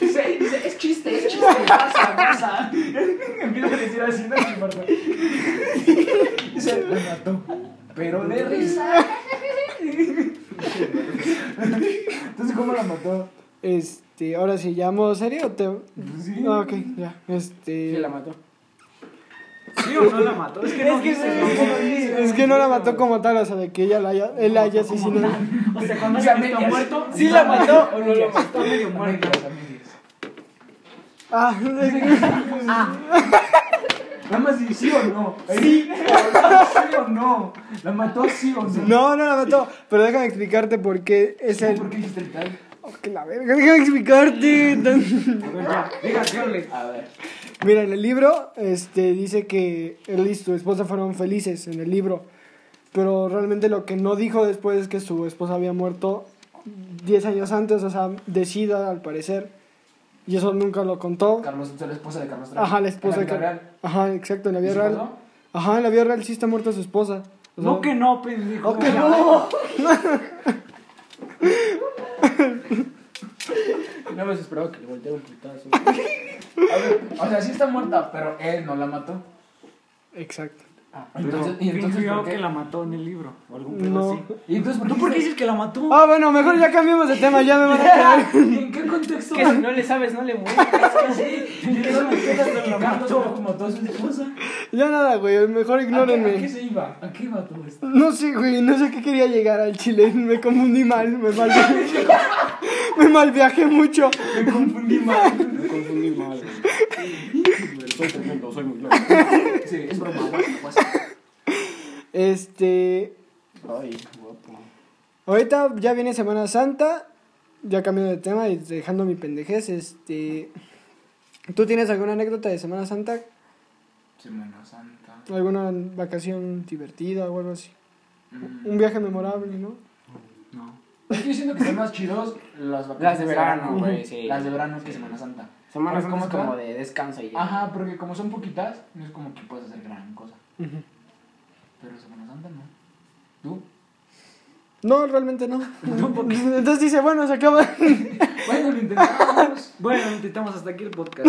Speaker 2: dice, dice, es chiste, es chiste. Pasa, pasa. Empieza a decir así, no chimarra. Dice, la mató. Pero de risa. Entonces, ¿cómo la mató?
Speaker 1: Este, ahora sí, ¿llamo serio o te...?
Speaker 2: Pues sí.
Speaker 1: Ah, ok, ya. Este...
Speaker 5: Sí, la mató.
Speaker 6: ¿Sí o no la mató? Es que no
Speaker 5: Es que
Speaker 6: dice,
Speaker 5: sí.
Speaker 6: ¿no?
Speaker 1: Es que no la mató como tal, o sea, de que ella la haya, él la haya asesinado.
Speaker 6: O sea, cuando
Speaker 2: O sea,
Speaker 6: alguien está
Speaker 2: medias.
Speaker 6: muerto,
Speaker 5: Sí la mató o no la
Speaker 6: medias.
Speaker 5: mató.
Speaker 6: Está medio muerto.
Speaker 2: Muertas, amigas.
Speaker 1: Ah, es que-
Speaker 2: Nada más si sí o no. Sí. sí o no. La mató sí o no.
Speaker 1: no, no la mató. Pero déjame explicarte por qué es el...
Speaker 2: ¿Por qué dijiste el tal?
Speaker 1: Oh, que la verga, déjame explicarte. tan-
Speaker 6: A ver, ya, diga, dígale.
Speaker 2: A ver.
Speaker 1: Mira, en el libro este, dice que él y su esposa fueron felices en el libro. Pero realmente lo que no dijo después es que su esposa había muerto 10 años antes, o sea, de SIDA al parecer. Y eso nunca lo contó.
Speaker 2: Carlos, la esposa de Carlos Trejo.
Speaker 1: Ajá, la esposa
Speaker 2: En
Speaker 1: que-
Speaker 2: vida real.
Speaker 1: Ajá, exacto, en la vida
Speaker 2: ¿Sí
Speaker 1: real.
Speaker 2: pasó?
Speaker 1: Ajá, en la vida real sí está muerta su esposa. O sea,
Speaker 6: No que no, pendejo.
Speaker 1: No que no.
Speaker 5: No me esperaba que le volteara un putazo.
Speaker 2: A ver, o sea, sí está muerta, pero él no la mató.
Speaker 1: Exacto.
Speaker 2: Ah, Entonces, ¿y entonces por qué?
Speaker 6: que la mató en el libro o algún pedo
Speaker 1: No.
Speaker 6: así.
Speaker 2: ¿Y entonces
Speaker 6: ¿Tú por qué dices que la mató?
Speaker 1: Ah, bueno, mejor ya cambiamos de tema, ya me van a caer.
Speaker 2: ¿En qué contexto?
Speaker 5: Que si no le sabes, no le mueves.
Speaker 2: ¿En qué contexto la mató? ¿Cómo mató "Pues, a su esposa?
Speaker 1: Ya nada, güey, mejor
Speaker 2: ¿A qué, a qué
Speaker 1: ignórenme.
Speaker 2: se iba? ¿A qué iba todo esto?
Speaker 1: No sé, güey, no sé a qué quería llegar al chile. Me confundí mal, me mal Me mal viajé mucho.
Speaker 2: Me confundí mal.
Speaker 5: Me confundí mal, güey. Soy tremendo, soy muy loco.
Speaker 2: Sí, es broma. güey, pues.
Speaker 1: Este.
Speaker 5: Ay, guapo.
Speaker 1: Ahorita ya viene Semana Santa. Ya cambiando de tema y dejando mi pendejez. Este. ¿Tú tienes alguna anécdota de Semana Santa?
Speaker 2: Semana Santa.
Speaker 1: ¿Alguna vacación divertida o algo así?
Speaker 2: Mm.
Speaker 1: Un viaje memorable, ¿no?
Speaker 6: No.
Speaker 2: Es que yo siento que están más chidos las vacaciones
Speaker 5: Las de verano, güey, sí.
Speaker 2: Las de verano que Semana Santa.
Speaker 5: Semana
Speaker 2: Porque
Speaker 5: Santa es
Speaker 2: como
Speaker 5: como
Speaker 2: tal-
Speaker 5: de descansa y ya.
Speaker 2: Ajá, porque como son poquitas, no es como que puedes hacer gran cosa.
Speaker 1: Ujú.
Speaker 2: Pero Semana Santa no. ¿Tú?
Speaker 1: No, realmente no. Entonces dice, bueno, se acaba.
Speaker 2: Bueno, lo intentamos.
Speaker 6: Bueno, intentamos hasta aquí el podcast.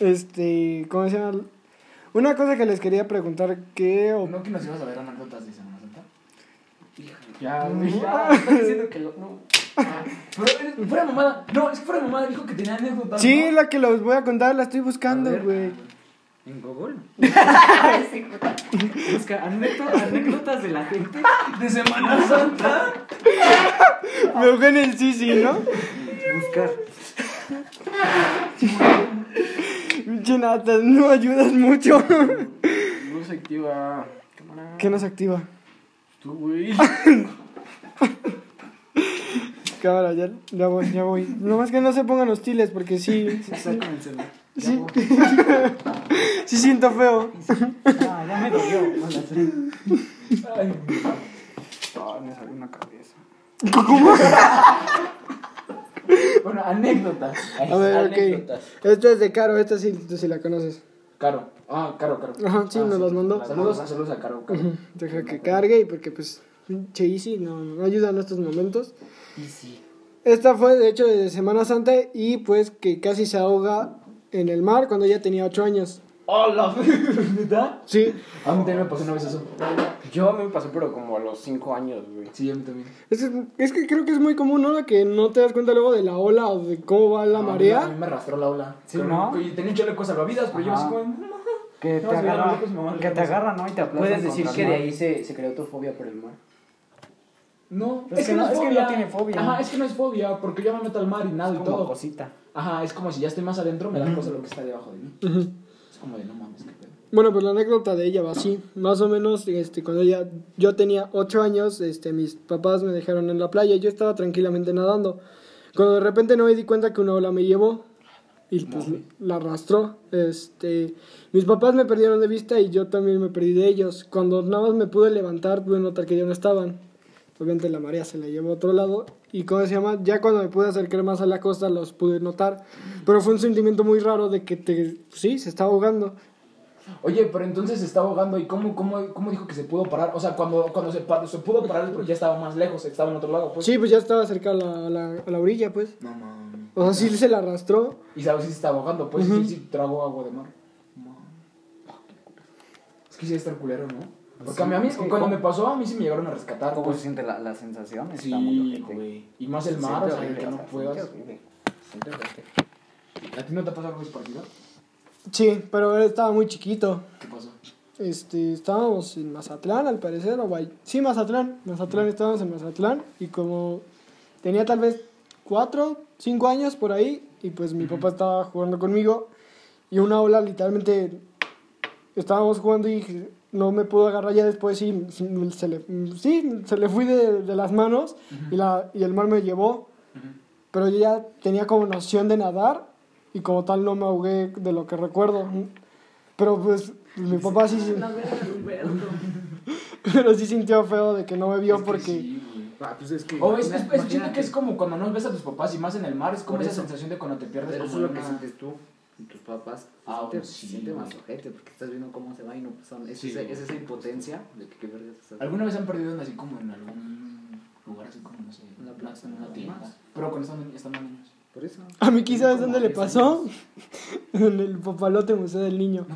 Speaker 1: Este, ¿cómo se llama? Una cosa que les quería preguntar, ¿qué o
Speaker 2: ¿No que nos ibas a ver anécdotas de Semana Santa?
Speaker 5: Ya, güey. Ya, estás diciendo que lo. No.
Speaker 2: Pero, eh, fuera de mamada. No, es que fuera de mamada dijo que tenía anécdotas.
Speaker 1: Sí,
Speaker 2: ¿no?
Speaker 1: la que los voy a contar, la estoy buscando,
Speaker 5: A ver.
Speaker 1: güey.
Speaker 5: ¿En Google?
Speaker 6: Busca anécdota- anécdotas de la gente.
Speaker 2: De Semana Santa.
Speaker 1: Me busqué en el Sisi, ¿no?
Speaker 6: Buscar.
Speaker 1: Jonathan, no ayudas mucho.
Speaker 5: No se activa. Cámara.
Speaker 1: ¿Qué nos activa?
Speaker 5: Tú, güey.
Speaker 1: Cámara, ya, ya voy, ya voy. Nomás que no se pongan hostiles porque sí,
Speaker 6: Está con el celular.
Speaker 1: sí, sí siento feo.
Speaker 6: Ah, ya me dolió. Hola, sí.
Speaker 2: Ay,
Speaker 5: Ah, me salió una cabeza.
Speaker 2: Bueno, anécdotas.
Speaker 1: A ver, ok.
Speaker 5: Anécdotas.
Speaker 1: Esta es de Caro, esta sí, tú sí la conoces.
Speaker 2: Caro. Ah, Caro, Caro.
Speaker 1: Ajá, sí,
Speaker 2: Ah,
Speaker 1: nos las mandó.
Speaker 2: Saludos, saludos a Caro, Caro.
Speaker 1: Ujú, Deja que cargue y porque pues pinche Easy no, no ayuda en estos momentos. Esta fue de hecho de Semana Santa y pues que casi se ahoga en el mar cuando ella tenía 8 años.
Speaker 5: ¡Hola!
Speaker 2: ¿Verdad?
Speaker 1: Sí,
Speaker 2: A mí también me pasó una vez eso.
Speaker 5: Yo a mí me pasó, pero como a los 5 años, güey.
Speaker 2: Sí, a mí también.
Speaker 1: es, es que creo que es muy común, ¿no? Que no te das cuenta luego de la ola o de cómo va la
Speaker 2: No, a mí- A mí
Speaker 1: marea.
Speaker 2: me arrastró la ola.
Speaker 6: Sí,
Speaker 2: Pero-
Speaker 6: ¿no?
Speaker 2: Y tenía un chaleco salvavidas, pero yo
Speaker 6: Ajá.
Speaker 2: así como.
Speaker 6: Que te
Speaker 2: No, si me
Speaker 6: agarra,
Speaker 2: dolió, pues, mamá, le
Speaker 6: que te
Speaker 2: pasa.
Speaker 6: agarra, ¿no? Y te aplasta.
Speaker 5: ¿Puedes decir que de ahí se, se creó tu fobia por el mar?
Speaker 2: No,
Speaker 6: Es que no- es que no tiene fobia.
Speaker 2: Ajá, es que no es fobia, porque yo me meto al mar y nada y
Speaker 6: Como
Speaker 2: todo.
Speaker 6: cosita.
Speaker 2: Ajá, es como si ya estoy más adentro, me da cosa lo que está debajo de mí.
Speaker 1: Ujú.
Speaker 2: Es como de no mames, qué pedo.
Speaker 1: Bueno, pues la anécdota de ella va así. Más o menos, este, cuando ella, yo tenía 8 años, este, mis papás me dejaron en la playa y yo estaba tranquilamente nadando. Cuando de repente no me di cuenta que una ola me llevó y pues la arrastró. Este, mis papás me perdieron de vista y yo también me perdí de ellos. Cuando nada más me pude levantar, pude notar que ya no estaban. Obviamente la marea se la llevó a otro lado y cómo se llama, ya cuando me pude acercar más a la costa los pude notar, pero fue un sentimiento muy raro de que te sí, se está ahogando.
Speaker 2: Oye, pero entonces se está ahogando y cómo, cómo, cómo dijo que se pudo parar. O sea, cuando, cuando se, paró- se pudo parar es porque ya estaba más lejos, estaba en otro lado. Pues.
Speaker 1: Sí, pues ya estaba cerca a la, a la, a la orilla, pues.
Speaker 2: No mames.
Speaker 1: O sea, sí se la arrastró.
Speaker 2: Y sabes si se está ahogando, pues sí, sí, trago agua de mar. Es que sí, está el culero, ¿no? Porque a mí, a mí- cuando me pasó, a mí sí me llegaron a rescatar.
Speaker 6: ¿Cómo se
Speaker 2: Pues.
Speaker 6: siente la, la sensación? Está muy
Speaker 2: Sí,
Speaker 6: ojete.
Speaker 2: güey. Y más el mar, o sea, que no puedas. ¿A ti no te ha pasado algo parecido?
Speaker 1: Sí, pero él estaba muy chiquito.
Speaker 2: ¿Qué pasó?
Speaker 1: Este, estábamos en Mazatlán, al parecer, o Guay- Sí, Mazatlán. Mazatlán, estábamos en Mazatlán. Y como tenía tal vez cuatro, cinco años por ahí, y pues mi papá estaba jugando conmigo. Y una ola, literalmente, estábamos jugando y no me pudo agarrar ya después. Y se le, sí, se le fui de, de las manos y, la, y el mar me llevó. Pero yo ya tenía como noción de nadar y como tal no me ahogué de lo que recuerdo. Pero pues mi papá sí, sí- pero sí sintió feo de que no me vio
Speaker 2: Es que
Speaker 1: porque...
Speaker 2: sí, güey.
Speaker 3: Ah, pues es que.
Speaker 2: O es, es, es
Speaker 3: imagínate.
Speaker 2: chido que es como cuando no ves a tus papás y más en el mar, es como
Speaker 5: Por
Speaker 2: esa
Speaker 5: eso.
Speaker 2: sensación de cuando te pierdes.
Speaker 5: Pero eso
Speaker 2: como
Speaker 5: es lo que
Speaker 2: una-
Speaker 5: sientes tú y tus papás.
Speaker 2: Ah,
Speaker 5: te
Speaker 2: bueno, sí,
Speaker 5: siente
Speaker 2: güey.
Speaker 5: más ojete porque estás viendo cómo se va y no pues, son- Es,
Speaker 2: Sí,
Speaker 5: esa,
Speaker 2: güey.
Speaker 5: es esa impotencia de que qué vergas estás.
Speaker 2: ¿Alguna vez han perdido en así como en algún lugar, así como, no sé, en una plaza, en una tienda? Pero cuando están, están más niños.
Speaker 5: Por eso.
Speaker 1: A mí quizás dónde le pasó. en el papalote museo del niño.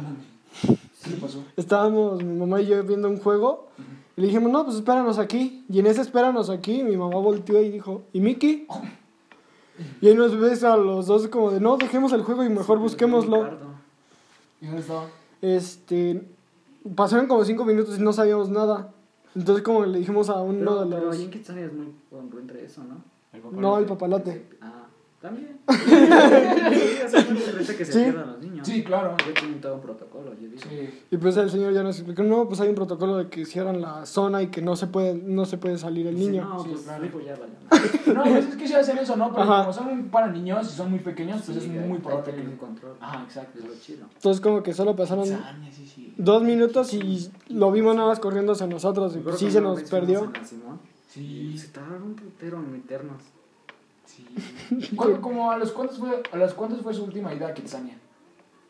Speaker 2: ¿Qué le pasó?
Speaker 1: Estábamos mi mamá y yo viendo un juego. Y le dijimos, no, pues espéranos aquí. Y en ese espéranos aquí, mi mamá volteó y dijo, ¿y Mickey? Y ahí nos ves a los dos como de, no, dejemos el juego y mejor busquémoslo.
Speaker 2: ¿Y dónde estaba?
Speaker 1: Este, pasaron como cinco minutos y no sabíamos nada. Entonces como le dijimos a uno
Speaker 5: Pero,
Speaker 1: de los...
Speaker 5: pero ahí en Kitsania es muy congruente eso, ¿no?
Speaker 1: no, el papalote.
Speaker 5: Ah, también. es muy congruente que se
Speaker 1: Sí.
Speaker 5: pierdan los niños.
Speaker 2: Sí, claro.
Speaker 5: Yo tengo todo un protocolo, yo digo.
Speaker 2: Sí.
Speaker 1: Y pues el señor ya nos explicó, no, pues hay un protocolo de que cierran la zona y que no se puede, no se puede salir el
Speaker 5: Dice,
Speaker 1: niño.
Speaker 5: No,
Speaker 2: Sí,
Speaker 5: pues
Speaker 2: claro.
Speaker 5: dijo, ya vale.
Speaker 2: No, pues es que sí hacen eso, ¿no? Pero
Speaker 1: Ajá.
Speaker 2: como son para niños y son muy pequeños, pues
Speaker 5: Sí,
Speaker 2: es
Speaker 5: ahí-
Speaker 2: muy
Speaker 5: ahí
Speaker 2: probable
Speaker 5: tienen
Speaker 2: que...
Speaker 5: control.
Speaker 2: Ajá, exacto.
Speaker 5: Es lo chido.
Speaker 1: Entonces como que solo pasaron
Speaker 2: Saña, sí, sí.
Speaker 1: dos minutos y lo vimos nada más corriendo hacia nosotros. Y
Speaker 5: Yo creo
Speaker 1: sí
Speaker 5: que
Speaker 1: se
Speaker 5: una
Speaker 1: nos
Speaker 5: vez
Speaker 1: perdió.
Speaker 5: fuimos a la Simón y
Speaker 2: Sí,
Speaker 5: Se tardaron un putero en meternos.
Speaker 2: sí. ¿Cuándo- como a los cuantos fue, a los cuantos fue su última ida a Kitsania?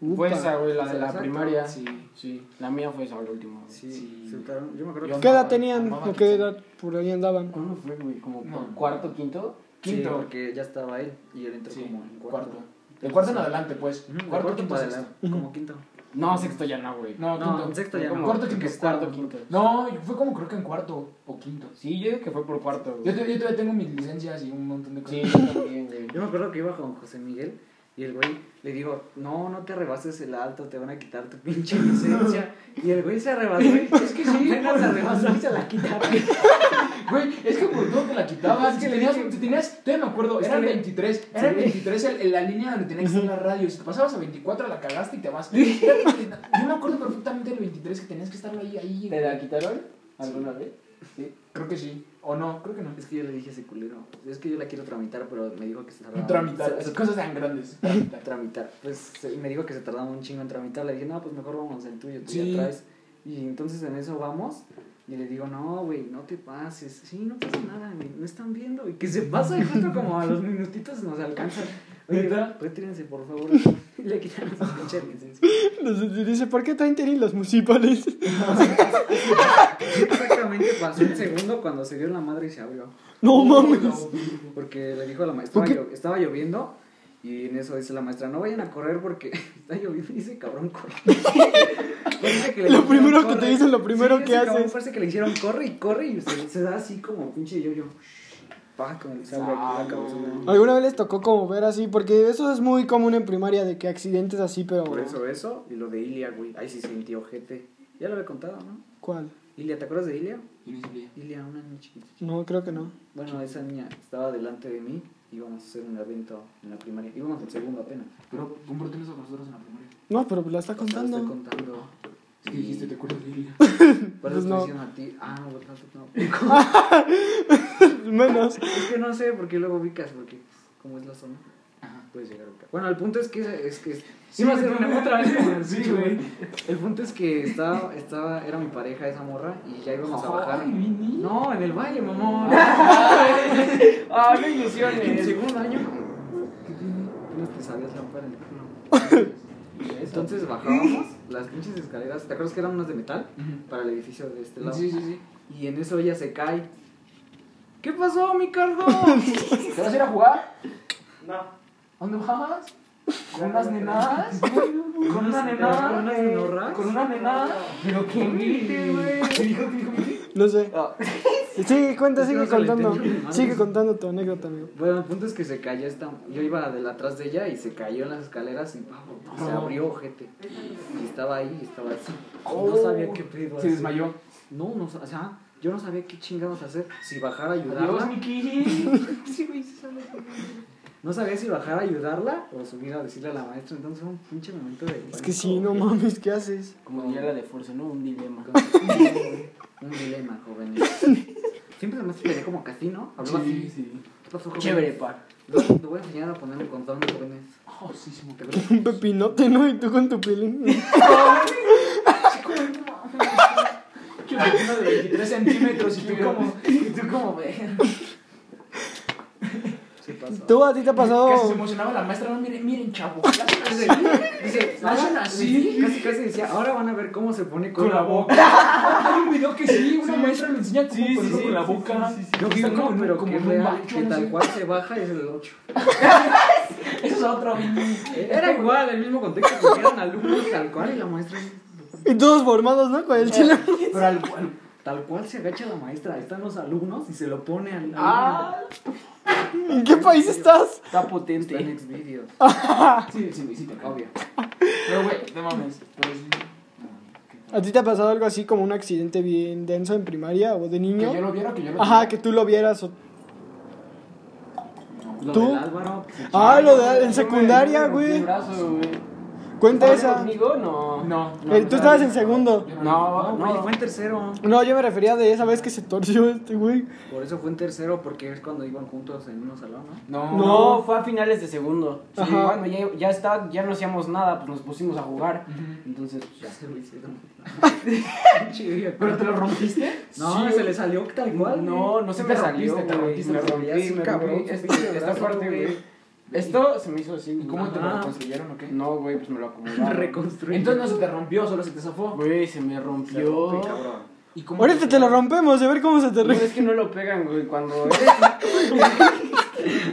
Speaker 1: Upa.
Speaker 5: güey, la de la primaria.
Speaker 2: Sí.
Speaker 5: Sí,
Speaker 3: La mía fue esa la última.
Speaker 5: sí.
Speaker 2: Sí.
Speaker 5: Se tardaron. Yo me acuerdo
Speaker 2: Yo
Speaker 1: ¿Qué
Speaker 5: que.
Speaker 1: edad tenían?
Speaker 2: Amaba
Speaker 1: ¿O qué
Speaker 2: Kitsania.
Speaker 1: edad por ahí andaban?
Speaker 3: ¿Cuándo fue, güey? ¿Como
Speaker 2: No.
Speaker 3: por cuarto, quinto?
Speaker 5: Sí,
Speaker 2: Quinto.
Speaker 5: porque ya estaba él y él entró
Speaker 2: Sí,
Speaker 5: como en cuarto.
Speaker 2: cuarto. De cuarto en adelante, pues.
Speaker 5: Ujú, de
Speaker 2: cuarto,
Speaker 5: cuarto
Speaker 2: quinto,
Speaker 5: para
Speaker 2: sexto.
Speaker 5: adelante, como quinto. No, sexto ya no, güey.
Speaker 2: No,
Speaker 4: No,
Speaker 2: quinto.
Speaker 4: en sexto
Speaker 5: Fue
Speaker 4: ya no.
Speaker 5: como-
Speaker 2: Cuarto,
Speaker 5: creo que
Speaker 2: quinto.
Speaker 5: cuarto, quinto.
Speaker 2: No, fue como creo que en cuarto o quinto.
Speaker 5: Sí, yo digo que fue por cuarto,
Speaker 2: Yo,
Speaker 5: güey.
Speaker 2: to- yo todavía tengo mis licencias y un montón de
Speaker 5: Sí,
Speaker 2: cosas.
Speaker 5: yo también, güey.
Speaker 4: Yo me acuerdo que iba con José Miguel y el güey le digo, no, no te rebases el alto, te van a quitar tu pinche licencia. Y el güey se rebasó y es que sí, apenas se rebasó y se la quitaron.
Speaker 2: Güey, es que por todo te la quitabas.
Speaker 4: Es
Speaker 2: que
Speaker 4: que
Speaker 2: tenías,
Speaker 4: le dije-
Speaker 2: tenías, todavía me acuerdo,
Speaker 4: Es
Speaker 2: eran
Speaker 4: que le-
Speaker 2: 23. Eran
Speaker 4: Sí.
Speaker 2: 23 el- el- la línea donde tenías que estar la radio. Si te pasabas a 24, la cagaste y te vas. Yo me acuerdo perfectamente del 23 que tenías que estarlo ahí, ahí.
Speaker 5: ¿Te la quitaron alguna vez? Sí.
Speaker 2: Creo que sí. O no, creo que no.
Speaker 4: Es que yo le dije a ese culero, es que yo la quiero tramitar, pero me dijo que se tardaba.
Speaker 2: Tramitar,
Speaker 4: se-
Speaker 2: esas
Speaker 4: se-
Speaker 2: cosas tan grandes. tramitar.
Speaker 4: tramitar. Pues se- me dijo que se tardaba un chingo en tramitar. Le dije, no, pues mejor vamos el tuyo, tú
Speaker 2: Sí.
Speaker 4: ya traes. Y entonces en eso vamos. Y le digo, no, güey, no te pases. Sí, no pasa nada, güey, no están viendo. Y que se pasa y justo como a los minutitos nos alcanza. Oye,
Speaker 2: ¿Neta?
Speaker 4: retírense, por favor. Y le quitaron su pinche licencia.
Speaker 1: Entonces dice, ¿por qué traen tenis los municipales?
Speaker 4: Exactamente pasó el segundo cuando se dio la madre y se abrió.
Speaker 1: No mames.
Speaker 4: Porque le dijo a la maestra,
Speaker 1: ¿Por qué?
Speaker 4: estaba, llo- estaba lloviendo. Y en eso dice la maestra, no vayan a correr porque está lloviendo. Y dice, cabrón, corre. Parece que le
Speaker 1: Lo
Speaker 4: dijeron,
Speaker 1: primero que te
Speaker 4: "Corre".
Speaker 1: dicen, lo primero que
Speaker 4: ese cabrón
Speaker 1: haces.
Speaker 4: Parece que le hicieron, corre y corre. Y se, se da así como pinche yo-yo. Paja con el sable aquí en la cabeza.
Speaker 1: ¿Alguna vez les tocó como ver así? Porque eso es muy común en primaria, de que accidentes así, pero...
Speaker 4: Por eso, eso. Y lo de Ilia, güey. Ahí sí sentí ojete. Ya lo había contado, ¿no?
Speaker 1: ¿Cuál?
Speaker 4: Ilia, ¿te acuerdas de Ilia?
Speaker 2: Y ni siquiera.
Speaker 4: Ilia, una niña chiquita.
Speaker 1: No, creo que no.
Speaker 4: Bueno, esa niña estaba delante de mí. Íbamos a hacer un evento en la primaria. Íbamos al segundo apenas.
Speaker 2: Pero comparte eso con nosotros en la primaria.
Speaker 1: No, pero la está
Speaker 4: Te
Speaker 1: contando.
Speaker 4: estoy contando.
Speaker 2: Es que dijiste, te acuerdas de Lilia.
Speaker 4: Por eso
Speaker 1: Pues no.
Speaker 4: estoy diciendo a ti. Ah, no, verdad, no.
Speaker 1: Menos.
Speaker 4: Es que no sé por qué luego ubicas, porque como es la zona, puedes llegar a ubicar. Bueno, el punto es que. Es que
Speaker 2: Sí,
Speaker 4: iba a
Speaker 2: me
Speaker 4: ser
Speaker 2: tomé
Speaker 4: una
Speaker 2: otra
Speaker 4: otra
Speaker 2: vez
Speaker 4: vez
Speaker 2: como el sí, güey.
Speaker 4: El punto es que estaba, estaba, era mi pareja esa morra y ya íbamos a bajar.
Speaker 2: Ay, Vini.
Speaker 4: No, en el valle, mamón.
Speaker 5: Ah, no
Speaker 4: En el
Speaker 5: ilusiones.
Speaker 4: segundo año. eh. ¿Qué tiene? Unas pesadillas lámpara en el culo. Entonces bajábamos las pinches escaleras. ¿Te acuerdas que eran unas de metal?
Speaker 2: Ujú.
Speaker 4: Para el edificio de este lado.
Speaker 2: Sí, sí, sí.
Speaker 4: Y en eso ella se cae. ¿Qué pasó, mi cardo?
Speaker 2: ¿Te vas a ir a jugar?
Speaker 3: No.
Speaker 2: ¿A ¿Dónde vas? ¿Con unas nenadas? ¿Con unas
Speaker 4: ¿Con unas nenorras?
Speaker 2: ¿Con unas nenadas? ¿Pero qué mire, güey? ¿Qué dijo? ¿Qué dijo? Mire?
Speaker 1: No sé. Sigue, cuenta,
Speaker 4: Ah. Es que
Speaker 1: sigue
Speaker 4: no se le
Speaker 1: contando.
Speaker 4: entendió ni madres.
Speaker 1: Sigue contando tu anécdota, amigo.
Speaker 4: Bueno, el punto es que se cayó esta. Yo iba de atrás de ella y se cayó en las escaleras y ¡pau! se abrió, ojete. Y estaba ahí, y estaba así. No sabía qué pedo.
Speaker 2: Se
Speaker 4: hacer.
Speaker 2: desmayó.
Speaker 4: No, no, o sea, yo no sabía qué chingados hacer. Si bajar a
Speaker 2: Dios,
Speaker 4: ayudarla.
Speaker 2: Miki.
Speaker 4: Sí, güey, sí sabe. No sabía si bajar a ayudarla o subir a decirle a la maestra. Entonces fue un pinche momento de.
Speaker 1: Es que sí, no mames, ¿qué haces?
Speaker 5: Como diría la de Force, ¿no? Un dilema.
Speaker 4: Un dilema, joven. Siempre se me hace como casino. Hablaba
Speaker 2: Sí,
Speaker 4: así.
Speaker 2: sí.
Speaker 4: Hablaba así,
Speaker 5: Chévere,
Speaker 4: jóvenes.
Speaker 5: par.
Speaker 4: Luego Te voy a enseñar a poner un condón, jóvenes.
Speaker 2: Oh, sí, sí. me
Speaker 4: ¿Te
Speaker 2: acuerdo.
Speaker 4: acuerdas?
Speaker 1: Un pepinote, ¿no? Y tú con tu pilín.
Speaker 2: Yo tengo uno de 23 centímetros y tú como... Y tú como... ve.
Speaker 4: Sí pasó.
Speaker 1: ¿Tú a ti te ha
Speaker 2: Casi se
Speaker 1: pasado?
Speaker 2: emocionaba la maestra. No, miren, miren, chavo.
Speaker 4: Dice, dice,
Speaker 2: ¿No hacen
Speaker 4: ahora-
Speaker 2: así?
Speaker 4: Casi, casi decía, ahora van a ver cómo se pone con,
Speaker 2: Ah, Con la boca. Hay un video que sí, una maestra le enseña cómo
Speaker 3: Sí, sí,
Speaker 2: ponerlo
Speaker 3: sí,
Speaker 2: con la
Speaker 3: sí,
Speaker 2: boca.
Speaker 3: sí, sí,
Speaker 4: Yo vi
Speaker 2: Está
Speaker 4: uno,
Speaker 2: como en un-
Speaker 4: pero
Speaker 2: como
Speaker 4: que
Speaker 2: en un
Speaker 4: real,
Speaker 2: macho,
Speaker 4: que
Speaker 2: no
Speaker 4: tal
Speaker 2: sé.
Speaker 4: cual se baja es el 8.
Speaker 2: Eso es otro.
Speaker 4: Era igual, el mismo contexto, porque eran alumnos tal cual y la maestra,
Speaker 1: Y todos formados, ¿no? Con el chile.
Speaker 2: Pero al cual.
Speaker 4: tal cual se agacha la maestra, ahí están los alumnos y se lo pone al...
Speaker 2: Ah.
Speaker 1: ¿En qué país estás?
Speaker 5: Está
Speaker 4: al- Está en
Speaker 5: potente.
Speaker 4: Xvideos,
Speaker 2: Sí, sí, sí, te acabo.
Speaker 4: obvio.
Speaker 2: Pero, güey, no mames.
Speaker 5: Pues,
Speaker 2: Pero sí.
Speaker 1: ¿A ti te ha pasado algo así como un accidente bien denso en primaria o de
Speaker 2: Que yo
Speaker 1: niño?
Speaker 2: lo viera, o que yo lo
Speaker 1: Ajá, que tú lo vieras. o-
Speaker 4: Lo
Speaker 1: ¿Tú?
Speaker 4: del Álvaro, que se
Speaker 1: Ah, lo de en
Speaker 5: Yo me-
Speaker 1: secundaria,
Speaker 5: yo me rompí
Speaker 1: güey.
Speaker 5: el brazo, güey.
Speaker 1: Cuenta
Speaker 5: ¿Fue
Speaker 1: esa.
Speaker 5: conmigo? No.
Speaker 2: No.
Speaker 1: Eh, Tú estabas en segundo.
Speaker 5: No,
Speaker 4: No, güey,
Speaker 5: no.
Speaker 4: fue en tercero.
Speaker 1: No, yo me refería de esa vez que se torció este güey.
Speaker 4: Por eso fue en tercero, porque es cuando iban juntos en un salón, ¿no?
Speaker 2: No.
Speaker 5: No, fue a finales de segundo. Sí,
Speaker 1: Ajá.
Speaker 5: bueno, ya, ya está, ya no hacíamos nada, pues nos pusimos a jugar. Entonces, pues, ya.
Speaker 4: Se lo hicieron. Chido.
Speaker 2: ¿Pero te lo rompiste?
Speaker 4: No,
Speaker 5: Sí.
Speaker 4: se le salió tal cual.
Speaker 5: No, no se
Speaker 4: Sí
Speaker 5: me
Speaker 4: te
Speaker 5: salió,
Speaker 4: rompiste, te
Speaker 5: güey.
Speaker 4: rompiste,
Speaker 5: Me
Speaker 4: te
Speaker 5: rompí,
Speaker 4: rompiste,
Speaker 5: me
Speaker 4: cabrón,
Speaker 5: rompí.
Speaker 4: te
Speaker 5: Este-
Speaker 4: rompiste el
Speaker 5: Esta
Speaker 4: brazo,
Speaker 5: parte,
Speaker 4: güey.
Speaker 5: güey. Esto se me hizo así.
Speaker 2: ¿Y cómo te
Speaker 4: Ajá.
Speaker 2: lo reconstruyeron o qué?
Speaker 5: No, güey, pues me lo acomodaron.
Speaker 4: Reconstruir.
Speaker 2: Entonces no se te rompió, solo se te zafó.
Speaker 5: Güey, se me rompió.
Speaker 2: ¿Y cómo
Speaker 1: Ahorita te lo rompemos, a ver cómo se te
Speaker 5: No,
Speaker 1: re...
Speaker 5: es que no lo pegan, güey. Cuando eres,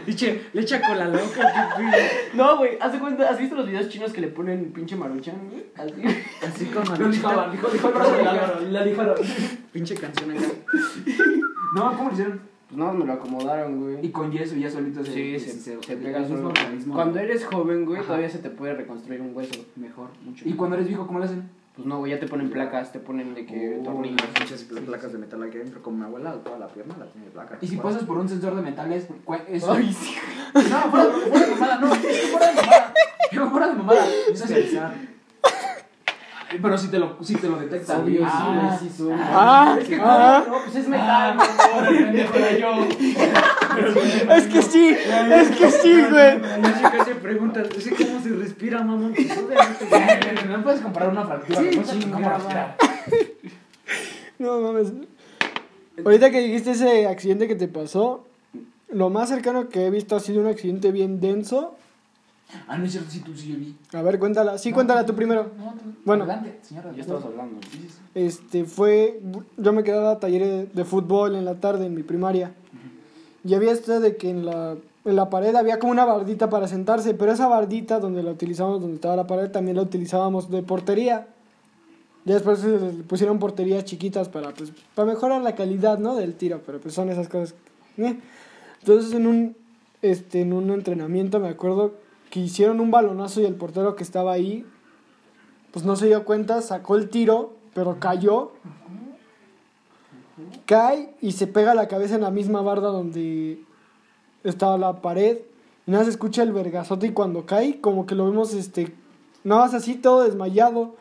Speaker 4: Dice, le echa cola loca, qué pedo.
Speaker 3: No, güey, haz de cuenta, ¿has visto los videos chinos que le ponen pinche maruchan, güey? Así.
Speaker 4: Así con
Speaker 3: Lo
Speaker 4: maruchita.
Speaker 3: lijaban, dijo, dijo el brazo de la gorra, la lijaron.
Speaker 4: Pinche canción acá.
Speaker 2: No, ¿cómo lo hicieron?
Speaker 5: Pues nada, me lo acomodaron,
Speaker 2: Y
Speaker 5: güey.
Speaker 2: con yeso ya solito se.
Speaker 5: Sí,
Speaker 2: se-
Speaker 5: se,
Speaker 4: se-
Speaker 5: se,
Speaker 4: el
Speaker 5: pega
Speaker 4: mismo
Speaker 5: pues, solo.
Speaker 4: organismo.
Speaker 5: Cuando eres joven, güey,
Speaker 4: Ajá.
Speaker 5: todavía se te puede reconstruir un hueso.
Speaker 4: Mejor, mucho.
Speaker 2: Y cuando eres viejo, ¿cómo lo hacen?
Speaker 5: Pues no, güey, ya te ponen placas, te ponen de que
Speaker 4: Oh,
Speaker 5: tornillos.
Speaker 4: Pinches placas de metal aquí adentro. Como mi abuela, toda la pierna la tiene placa.
Speaker 2: Y si pasas por un sensor de metales, ¿cuál es?
Speaker 5: Ay,
Speaker 2: No, fuera, fuera de mamada, no, fuera de mamada. Digo, fuera de mamada. No sé si avisar. Pero si te lo, si te lo detecta.
Speaker 6: Obvio, sí,
Speaker 2: Ah,
Speaker 6: güey, sí, soy.
Speaker 1: Ah, ah,
Speaker 5: No, pues es
Speaker 2: ah,
Speaker 5: metal.
Speaker 2: ahora, pendejo, era yo.
Speaker 1: es que sí, es que sí, güey.
Speaker 4: Así que se pregunta, ¿sí cómo se respira, mamón? Pues obviamente.
Speaker 2: No puedes comprar una fractura.
Speaker 4: Sí,
Speaker 2: no sé cómo
Speaker 4: chingada.
Speaker 2: respirar.
Speaker 1: No mames. Ahorita que dijiste ese accidente que te pasó, lo más cercano que he visto ha sido un accidente bien denso.
Speaker 2: Ah, no es cierto, sí, tú sí yo vi.
Speaker 1: A ver, cuéntala. Sí, cuéntala tú primero.
Speaker 2: No, tú-
Speaker 1: Bueno.
Speaker 2: adelante, señora.
Speaker 5: Ya estamos hablando.
Speaker 2: Ah. Sí, sí, sí.
Speaker 1: Este fue. Yo me quedaba a talleres de fútbol en la tarde en mi primaria. Y había esto de que en la, en la pared había como una bardita para sentarse, pero esa bardita donde la utilizábamos, donde estaba la pared, también la utilizábamos de portería. Ya después se le pusieron porterías chiquitas para, pues, para mejorar la calidad, ¿no? Del tiro, pero pues son esas cosas. ¿eh? Entonces en un, este, en un entrenamiento me acuerdo que hicieron un balonazo y el portero que estaba ahí, pues no se dio cuenta, sacó el tiro, pero cayó. Cae y se pega la cabeza en la misma barda donde estaba la pared. Y nada, se escucha el vergazote y cuando cae, como que lo vemos, este, nada más así, todo desmayado.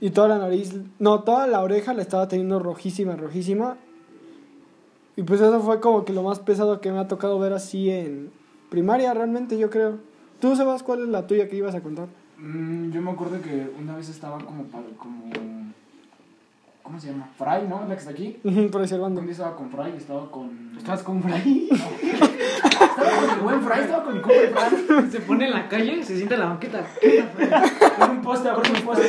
Speaker 1: Y toda la nariz, no, toda la oreja la estaba teniendo rojísima, rojísima. Y pues eso fue como que lo más pesado que me ha tocado ver así en primaria, realmente, yo creo. ¿Tú sabes cuál es la tuya que ibas a contar?
Speaker 2: Mm, yo me acuerdo que una vez estaba como. para- como ¿Cómo se llama? Fry, ¿no? La que está aquí.
Speaker 1: Ujú, Preservando.
Speaker 2: Un día estaba con Fry y estaba
Speaker 3: Mm.
Speaker 2: con.
Speaker 5: ¿Estás con Fray?
Speaker 2: Estaba con el buen Fry, estaba con el compa Fry.
Speaker 4: Se pone en la calle, se sienta en la banqueta.
Speaker 2: Con un poste, abrió un poste.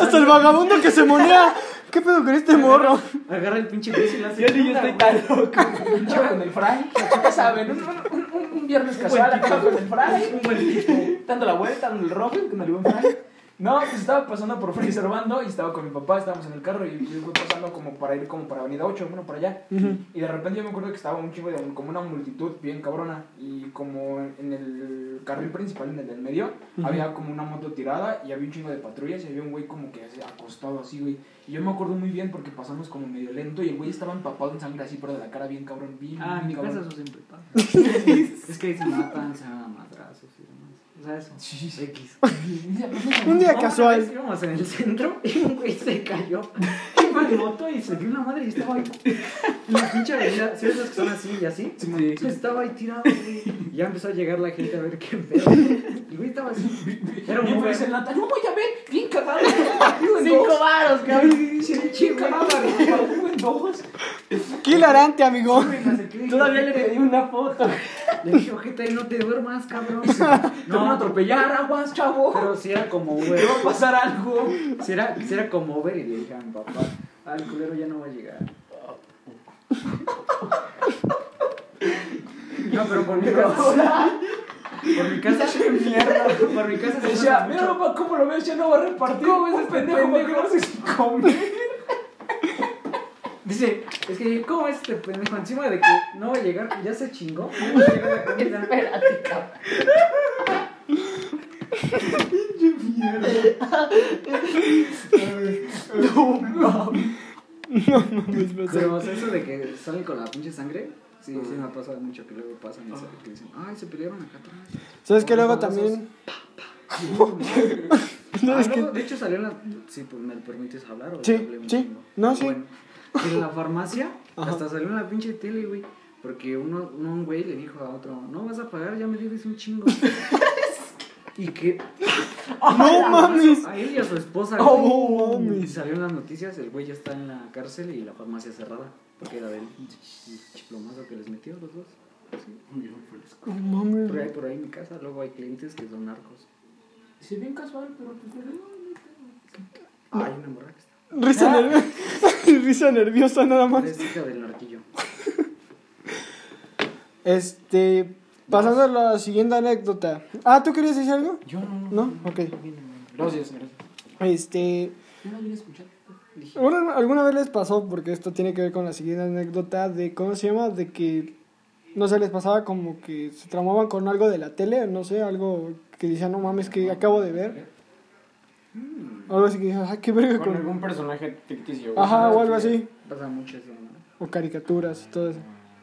Speaker 1: Hasta el vagabundo que se monea. ¿Qué pedo con este morro?
Speaker 4: Agarra el pinche piso y la hace.
Speaker 3: Yo ni yo estoy tan loco.
Speaker 2: Pinche con el Fry. Ya saben, un, un, un, un viernes casual acá con el Fry. Dando la vuelta, dando el Robin con el buen Fry. No, pues estaba pasando por Fray Servando y estaba con mi papá, estábamos en el carro y yo fui pasando como para ir como para Avenida 8, bueno, para allá. Y de repente yo me acuerdo que estaba un chingo de como una multitud bien cabrona y como en el carril principal, en el del medio, había como una moto tirada y había un chingo de patrullas y había un güey como que así, acostado así, güey. Y yo me acuerdo muy bien porque pasamos como medio lento y el güey estaba empapado en sangre así, pero de la cara bien cabrón, bien,
Speaker 4: Ah,
Speaker 2: bien
Speaker 4: en mi
Speaker 2: cabrón.
Speaker 4: casa eso siempre pasa. es que ahí se matan, se dan a madrazos y demás. O sea, eso.
Speaker 2: Sí, sí, sí.
Speaker 4: X.
Speaker 1: Un día
Speaker 4: Otra vez
Speaker 1: casual.
Speaker 4: Íbamos en el centro y un güey se cayó. Iba de moto y se dio una madre y estaba ahí. En la pinche avenida, ¿sabes esas que son así y así?
Speaker 2: Sí.
Speaker 4: Pues estaba ahí tirado, güey. Y Ya empezó a llegar la gente a ver qué pedo. El güey estaba así. Era un
Speaker 2: Bien
Speaker 4: Uber.
Speaker 2: feliz en lata. No voy a ver, bien cagado.
Speaker 3: Cinco varos, cabrón.
Speaker 2: Bien cagado, güey, en dos.
Speaker 1: Qué hilarante, amigo.
Speaker 4: Me acerqué y dije,
Speaker 3: Todavía le pedí una foto.
Speaker 4: Le dije, ojete, no te duermas, cabrón.
Speaker 2: Te van a
Speaker 4: No,
Speaker 2: atropellar, aguas, chavo.
Speaker 4: pero si era como
Speaker 2: Te
Speaker 4: Uber.
Speaker 2: va a pasar algo.
Speaker 4: Si era, si era como Uber y le dije a mi papá, al culero ya no va a llegar. No, pero por mi casa. Por mi casa. mierda. Por mi casa. se
Speaker 2: Decía,
Speaker 4: usa
Speaker 2: mira
Speaker 4: mucho.
Speaker 2: papá, ¿cómo lo ves? Ya no va a repartir. ¿Cómo ves este pendejo? Va a quedarse sin comer.
Speaker 4: Dice, es que ¿cómo es este pendejo? Encima de que no va a llegar, ya se chingó. No va a llegar la comida.
Speaker 3: Espérate, cabrón.
Speaker 4: Pero o sea, eso de que sale con la pinche sangre. Sí, sí me ha pasado mucho que luego pasan y se- que dicen, ay, se pelearon acá atrás.
Speaker 1: ¿Sabes que
Speaker 4: Unos
Speaker 1: luego
Speaker 4: balazos.
Speaker 1: también?
Speaker 4: Ah,
Speaker 1: es
Speaker 4: luego, De hecho salió en la... Sí, pues me permites hablar o
Speaker 1: Sí,
Speaker 4: hablé un
Speaker 1: sí.
Speaker 4: chingo?
Speaker 1: No, sí.
Speaker 4: Bueno, en la farmacia
Speaker 1: Ajá.
Speaker 4: hasta salió en la pinche tele, güey. Porque uno, uno- un güey le dijo a otro, no vas a pagar, ya me debes un chingo. y que...
Speaker 1: No mames.
Speaker 4: A él y a su esposa.
Speaker 1: Oh,
Speaker 4: güey.
Speaker 1: mames.
Speaker 4: Y salió en las noticias, el güey ya está en la cárcel y la farmacia cerrada. Porque era del chiplomazo que les metió los dos.
Speaker 1: No mames.
Speaker 4: Por ahí, por ahí en mi casa, luego hay clientes que son narcos.
Speaker 2: Sí, bien casual, pero pues no.
Speaker 4: Ah, hay una morra que está.
Speaker 1: Risa, nerv- Risa nerviosa nada más.
Speaker 4: Es hija del narquillo.
Speaker 1: Este, Pasando a la siguiente anécdota. Ah, ¿tú querías decir algo?
Speaker 6: Yo no.
Speaker 1: ¿No? Ok.
Speaker 2: Gracias, gracias.
Speaker 1: Este.
Speaker 2: Yo no vine a escuchar.
Speaker 1: ¿alguna- ¿Alguna vez les pasó? Porque esto tiene que ver con la siguiente anécdota de. ¿Cómo se llama? De que. No sé, les pasaba como que se tramaban con algo de la tele, no sé, algo que decían, no mames, que acabo de ver. Algo así que dices, ah, qué verga
Speaker 5: Mm. Con
Speaker 1: con.
Speaker 5: algún personaje ficticio. güey.
Speaker 1: Ajá, o algo así.
Speaker 4: Pasa mucho eso, ¿no?
Speaker 1: O caricaturas y todo eso.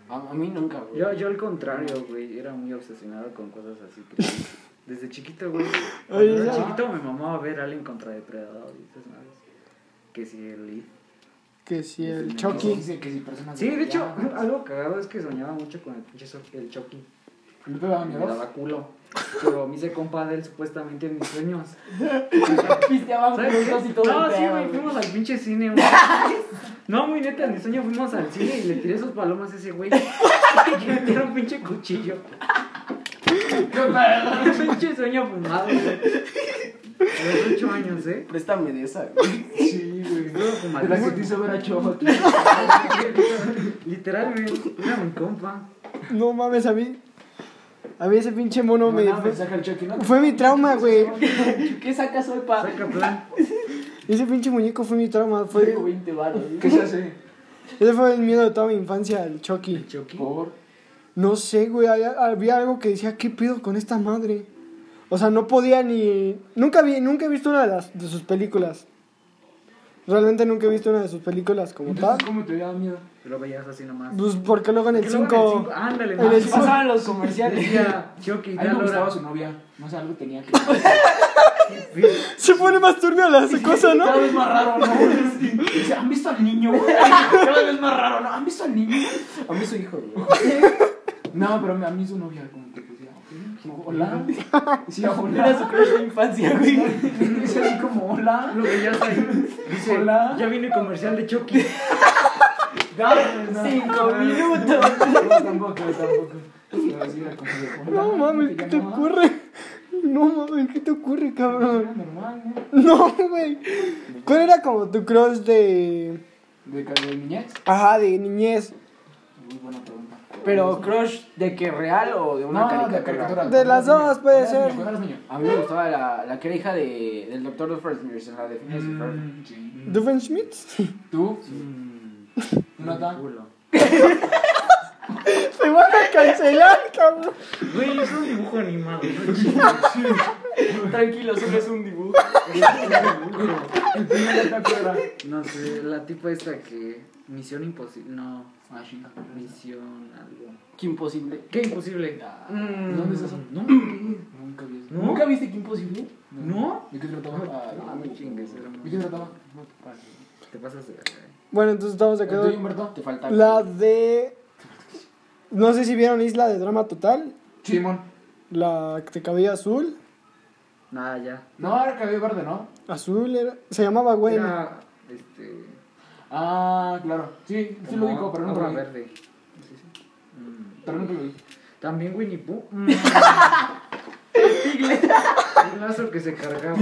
Speaker 5: A, a mí nunca, güey.
Speaker 4: Yo, yo al contrario, güey, era muy obsesionado con cosas así. que- desde chiquito, güey.
Speaker 1: Oye,
Speaker 4: Cuando era
Speaker 1: ya.
Speaker 4: chiquito me mamaba ver Alien contra Depredador y esas madres. Que si el It.
Speaker 1: Que si el Chucky.
Speaker 2: Dice que si personas
Speaker 4: Sí, de hecho,
Speaker 2: villanas,
Speaker 4: algo cagado es que soñaba mucho con el pinche so- el Chucky.
Speaker 2: ¿Le pegaba
Speaker 4: Me
Speaker 2: miedo?
Speaker 4: daba culo. Pero me hice compa de él supuestamente en mis sueños.
Speaker 2: Pisteaban juntos y todo.
Speaker 4: No, sí,
Speaker 2: golpeaba,
Speaker 4: güey,
Speaker 2: güey.
Speaker 4: fuimos al pinche cine, güey. No, muy neta, en mi sueño fuimos al cine y le tiré sus palomas a ese güey. Y me tiró un pinche cuchillo. Un pinche sueño fumado, güey. A los ocho años, ¿eh?
Speaker 5: Préstame de esa, güey.
Speaker 2: Sí, güey.
Speaker 4: Luego
Speaker 2: De la que te
Speaker 4: fumadísimo.
Speaker 2: hizo ver a Chucky.
Speaker 4: Literal, güey, era mi compa.
Speaker 1: No mames, a mí. A mí ese pinche mono me.
Speaker 2: Mandaba mensaje al Chucky, ¿no?
Speaker 1: Fue mi trauma, güey.
Speaker 3: ¿Qué sacas hoy, pa?
Speaker 4: Saca plan.
Speaker 1: Ese pinche muñeco fue mi trauma. Fue,
Speaker 3: Tengo 20 baros.
Speaker 2: ¿Qué se hace?
Speaker 1: ese fue el miedo de toda mi infancia, el Chucky.
Speaker 4: Chucky.
Speaker 2: Por.
Speaker 1: No sé, güey. Había, había algo que decía, ¿qué pido con esta madre? O sea, no podía ni. Nunca vi, nunca he visto una de, las, de sus películas. Realmente nunca he visto una de sus películas como tal.
Speaker 2: Entonces, ¿cómo te daba miedo?
Speaker 4: Lo veías así nomás.
Speaker 1: Pues porque luego en el
Speaker 4: Que luego en el
Speaker 1: 5.
Speaker 4: cinco- Ándale,
Speaker 1: en el
Speaker 4: más.
Speaker 1: cinco-
Speaker 3: Pasaban los comerciales.
Speaker 4: Decía, Chucky,
Speaker 2: A mí
Speaker 4: ya
Speaker 2: me
Speaker 4: lo
Speaker 2: gustaba su novia. No sé, algo tenía que.
Speaker 1: Se pone más turbia la cosa, ¿no?
Speaker 3: Cada vez más raro, ¿no? Dice, ¿han visto al niño? güey? Cada vez más raro, ¿no? ¿Han visto al niño?
Speaker 5: A mí su hijo, güey.
Speaker 2: No, pero a mí su novia, como que decía, "Ok, hola. Sí,
Speaker 3: Era su
Speaker 2: hola.
Speaker 3: crush de infancia, güey.
Speaker 2: Es así como, hola.
Speaker 4: Lo veías ahí. Dice,
Speaker 2: Hola.
Speaker 4: ya vino el comercial de Chucky.
Speaker 3: Cinco minutos.
Speaker 2: No, tampoco, tampoco. Pero sí era como de, "Hola,
Speaker 1: No mames, ¿qué te
Speaker 2: llamaba?".
Speaker 1: ocurre? No mames, ¿qué te ocurre,
Speaker 2: Era
Speaker 1: cabrón?
Speaker 2: normal, ¿no?
Speaker 1: No, güey. ¿Cuál era como tu crush de.
Speaker 2: ¿De, de niñez?
Speaker 1: Ajá, de niñez?
Speaker 2: Muy buena pregunta.
Speaker 5: Pero crush de que real o de una
Speaker 2: No,
Speaker 5: caricatura.
Speaker 2: de caricatura.
Speaker 1: De las
Speaker 2: Cuando
Speaker 1: dos,
Speaker 2: eras
Speaker 1: puede
Speaker 2: niño,
Speaker 1: ser.
Speaker 2: cuando eras niño.
Speaker 5: A mí me gustaba la, la que era hija de, del doctor de Fresmers en la de Phineas y Ferb.
Speaker 2: Mm, sí.
Speaker 1: ¿Doofenshmirtz?
Speaker 2: ¿Tú?
Speaker 4: Mm,
Speaker 2: ¿Jonathan?
Speaker 4: culo.
Speaker 1: Se van a cancelar, cabrón.
Speaker 4: Güey, es un dibujo animado.
Speaker 3: Mm. Tranquilo, solo es un dibujo.
Speaker 2: ¿El primer ataque era?
Speaker 4: No sé, la tipa esta que. Misión imposible. No,
Speaker 2: Ah, chinga.
Speaker 4: misión algo.
Speaker 3: Qué imposible.
Speaker 4: ¿Qué imposible? Mm,
Speaker 2: ¿Dónde es eso?
Speaker 4: No,
Speaker 2: Nunca vi eso.
Speaker 4: ¿No?
Speaker 3: ¿Nunca viste que imposible?
Speaker 4: no.
Speaker 2: ¿De qué trataba? Ah,
Speaker 4: No, me chingues, era
Speaker 2: ¿De qué
Speaker 4: muy-
Speaker 2: trataba?
Speaker 4: Te pasas de verga, eh.
Speaker 1: Bueno, entonces estamos de
Speaker 2: ¿El tuyo,
Speaker 1: acuerdo.
Speaker 2: Humberto?
Speaker 5: Te falta.
Speaker 1: La de. No sé si vieron Isla de Drama Total.
Speaker 2: Simón.
Speaker 1: La de cabello azul.
Speaker 4: Nada, ya.
Speaker 2: No, era cabello verde, ¿no?
Speaker 1: Azul era. Se llamaba Gwen.
Speaker 4: Era, este.
Speaker 2: Ah, claro. Sí, sí lo
Speaker 4: como
Speaker 2: digo, pero nunca
Speaker 4: obra
Speaker 2: lo vi.
Speaker 4: verde. Sí, sí. Mm.
Speaker 2: Pero nunca lo vi.
Speaker 4: También Winnie Pooh. Un lazo que se cargaba.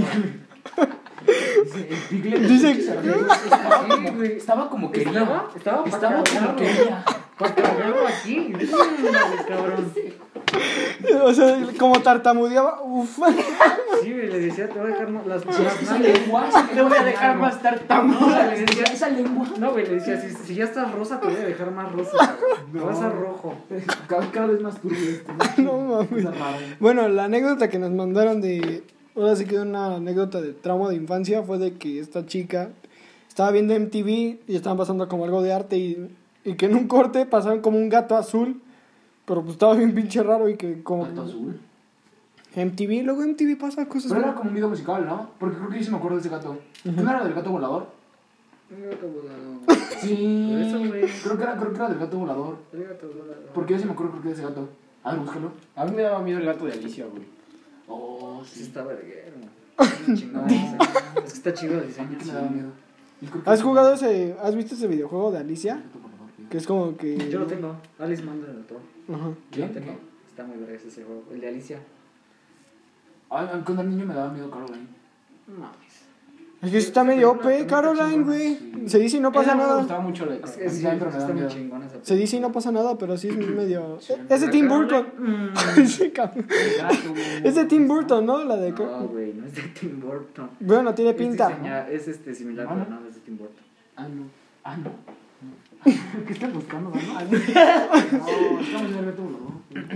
Speaker 2: El Piglet.
Speaker 1: Dice-
Speaker 2: el Piglet,
Speaker 4: Estaba como,
Speaker 3: Estaba como quería.
Speaker 4: Estaba, estaba, para
Speaker 3: Estaba como
Speaker 4: cargarlo.
Speaker 3: quería.
Speaker 4: Para cargarlo aquí. Mm, cabrón.
Speaker 1: O sea, como tartamudeaba. Uf.
Speaker 4: Sí, güey, le decía, te voy a dejar ma- las
Speaker 2: Es que
Speaker 4: las
Speaker 2: esa
Speaker 4: nalgas.
Speaker 2: lengua.
Speaker 3: Te
Speaker 2: esa
Speaker 3: voy
Speaker 2: lengua
Speaker 3: a dejar
Speaker 2: es
Speaker 3: más
Speaker 4: No,
Speaker 3: tartamudo.
Speaker 4: le decía,
Speaker 3: Esa lengua.
Speaker 4: no, güey, le decía, si, si ya estás rosa, te voy a dejar más rosa. güey. Te vas a rojo.
Speaker 2: largo. Cada, cada vez más turbio este, esto.
Speaker 1: No mames.
Speaker 2: Cosa rara.
Speaker 1: Bueno, la anécdota que nos mandaron de. Ahora sí que una anécdota de trauma de infancia fue de que esta chica estaba viendo MTV y estaban pasando como algo de arte y, y que en un corte pasaron como un gato azul, pero pues estaba bien pinche raro y que como.
Speaker 2: Gato azul.
Speaker 1: MTV, luego MTV pasa cosas.
Speaker 2: Pero era como un video musical, ¿no? Porque creo que yo sí me acuerdo de ese gato. ¿No era del gato volador?
Speaker 4: El gato volador.
Speaker 2: Sí.
Speaker 4: Pero eso, güey.
Speaker 2: Creo que, era, creo que era del gato volador.
Speaker 4: El gato volador.
Speaker 2: Porque yo sí me acuerdo creo que de ese gato. A ver, búscalo.
Speaker 5: A mí me daba miedo el gato de Alicia, güey.
Speaker 2: Oh,
Speaker 4: Sí,
Speaker 2: sí.
Speaker 4: está verguero. Está chingón, güey. Es que está chido el
Speaker 2: A mí
Speaker 4: diseño.
Speaker 2: que me daba miedo. Yo creo que-
Speaker 1: ¿Has jugado ese, has visto ese videojuego de Alicia?
Speaker 2: Gato volador, tío.
Speaker 1: Que es como que...
Speaker 4: Yo lo tengo. Alice manda el todo.
Speaker 1: Ajá.
Speaker 4: Yo lo
Speaker 2: ¿Quién?
Speaker 4: tengo. Está muy verga ese juego. El de Alicia.
Speaker 2: Ay, ay, cuando era niño me daba miedo Caroline.
Speaker 4: No mames.
Speaker 1: Es que está medio OP, Caroline, güey. Se dice y no pasa
Speaker 2: Esa me
Speaker 1: nada.
Speaker 2: gustaba mucho la de
Speaker 4: Es que sí,
Speaker 2: Caroline, pero me
Speaker 4: está
Speaker 2: da
Speaker 4: muy
Speaker 2: miedo.
Speaker 4: chingona esa
Speaker 1: Se dice y no pasa nada, pero sí es medio.
Speaker 2: Sí.
Speaker 1: Es de Tim Burton.
Speaker 4: película.
Speaker 1: Sí, cabrón. Es de Tim Burton, ¿no? La de.
Speaker 4: No, güey, no es de Tim Burton.
Speaker 1: Bueno, tiene
Speaker 4: Es
Speaker 1: pinta.
Speaker 4: diseña- Es este similar,
Speaker 2: ¿No?
Speaker 4: pero no, no es de Tim Burton.
Speaker 2: Ah, no. Ah, no.
Speaker 6: ¿Qué estás buscando, mano?
Speaker 2: No, estamos en el gato volador.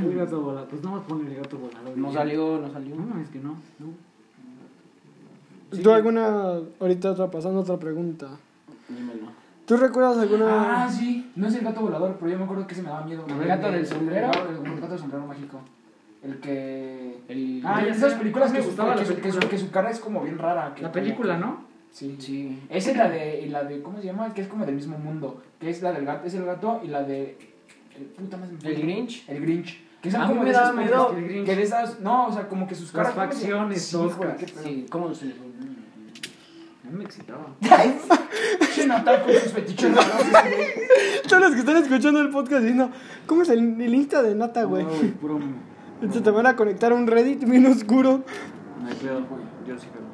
Speaker 6: Un gato volador. Pues no más ponle el gato volador.
Speaker 5: Pues No
Speaker 6: y ya.
Speaker 5: salió, no salió.
Speaker 6: No mames, que no. no.
Speaker 1: ¿Tú alguna. Ahorita otra, pasando otra pregunta.
Speaker 5: Dímelo.
Speaker 1: ¿Tú recuerdas
Speaker 2: Ah,
Speaker 1: alguna.
Speaker 2: sí. No es el gato volador, pero yo me acuerdo que ese me daba miedo.
Speaker 4: A
Speaker 2: El
Speaker 4: ver, eh,
Speaker 2: gato
Speaker 4: ¿qué?
Speaker 2: del sombrero. El, el gato del sombrero mágico. El que.
Speaker 5: El...
Speaker 2: Ah,
Speaker 4: ya
Speaker 2: ya esas
Speaker 4: sé.
Speaker 2: películas
Speaker 4: Me
Speaker 2: que, su-
Speaker 4: gustaba la
Speaker 2: que su- que su,
Speaker 4: película.
Speaker 2: que su cara es como bien rara. que
Speaker 4: La
Speaker 2: como
Speaker 4: película,
Speaker 2: que-
Speaker 4: ¿no?
Speaker 2: Sí.
Speaker 5: Sí.
Speaker 2: Esa es la de, y la de, ¿cómo se llama? Que es como del mismo mundo. Que es la del gato, es el gato y la de... El, puta madre,
Speaker 5: ¿El Grinch?
Speaker 2: El Grinch. Que son
Speaker 4: A mí
Speaker 2: como
Speaker 4: me
Speaker 2: de esas
Speaker 4: daba miedo
Speaker 2: películas
Speaker 4: el Grinch.
Speaker 2: Que de esas, no, o sea, como que sus
Speaker 4: Las
Speaker 2: caras... ¿cómo se-
Speaker 4: facciones
Speaker 2: sí,
Speaker 4: toscas.
Speaker 2: güey, qué pedo.
Speaker 5: Sí, ¿cómo se le Mm,
Speaker 4: A mí me excitaba.
Speaker 2: Pinche Natal con sus fetiches raros. ese güey.
Speaker 1: Todos los que están escuchando el podcast diciendo. ¿Cómo es el, el Insta de Nata, güey?
Speaker 6: No, güey, puro. No
Speaker 1: Entonces te van a conectar a un Reddit bien oscuro.
Speaker 6: hay pedo. Yo sí creo.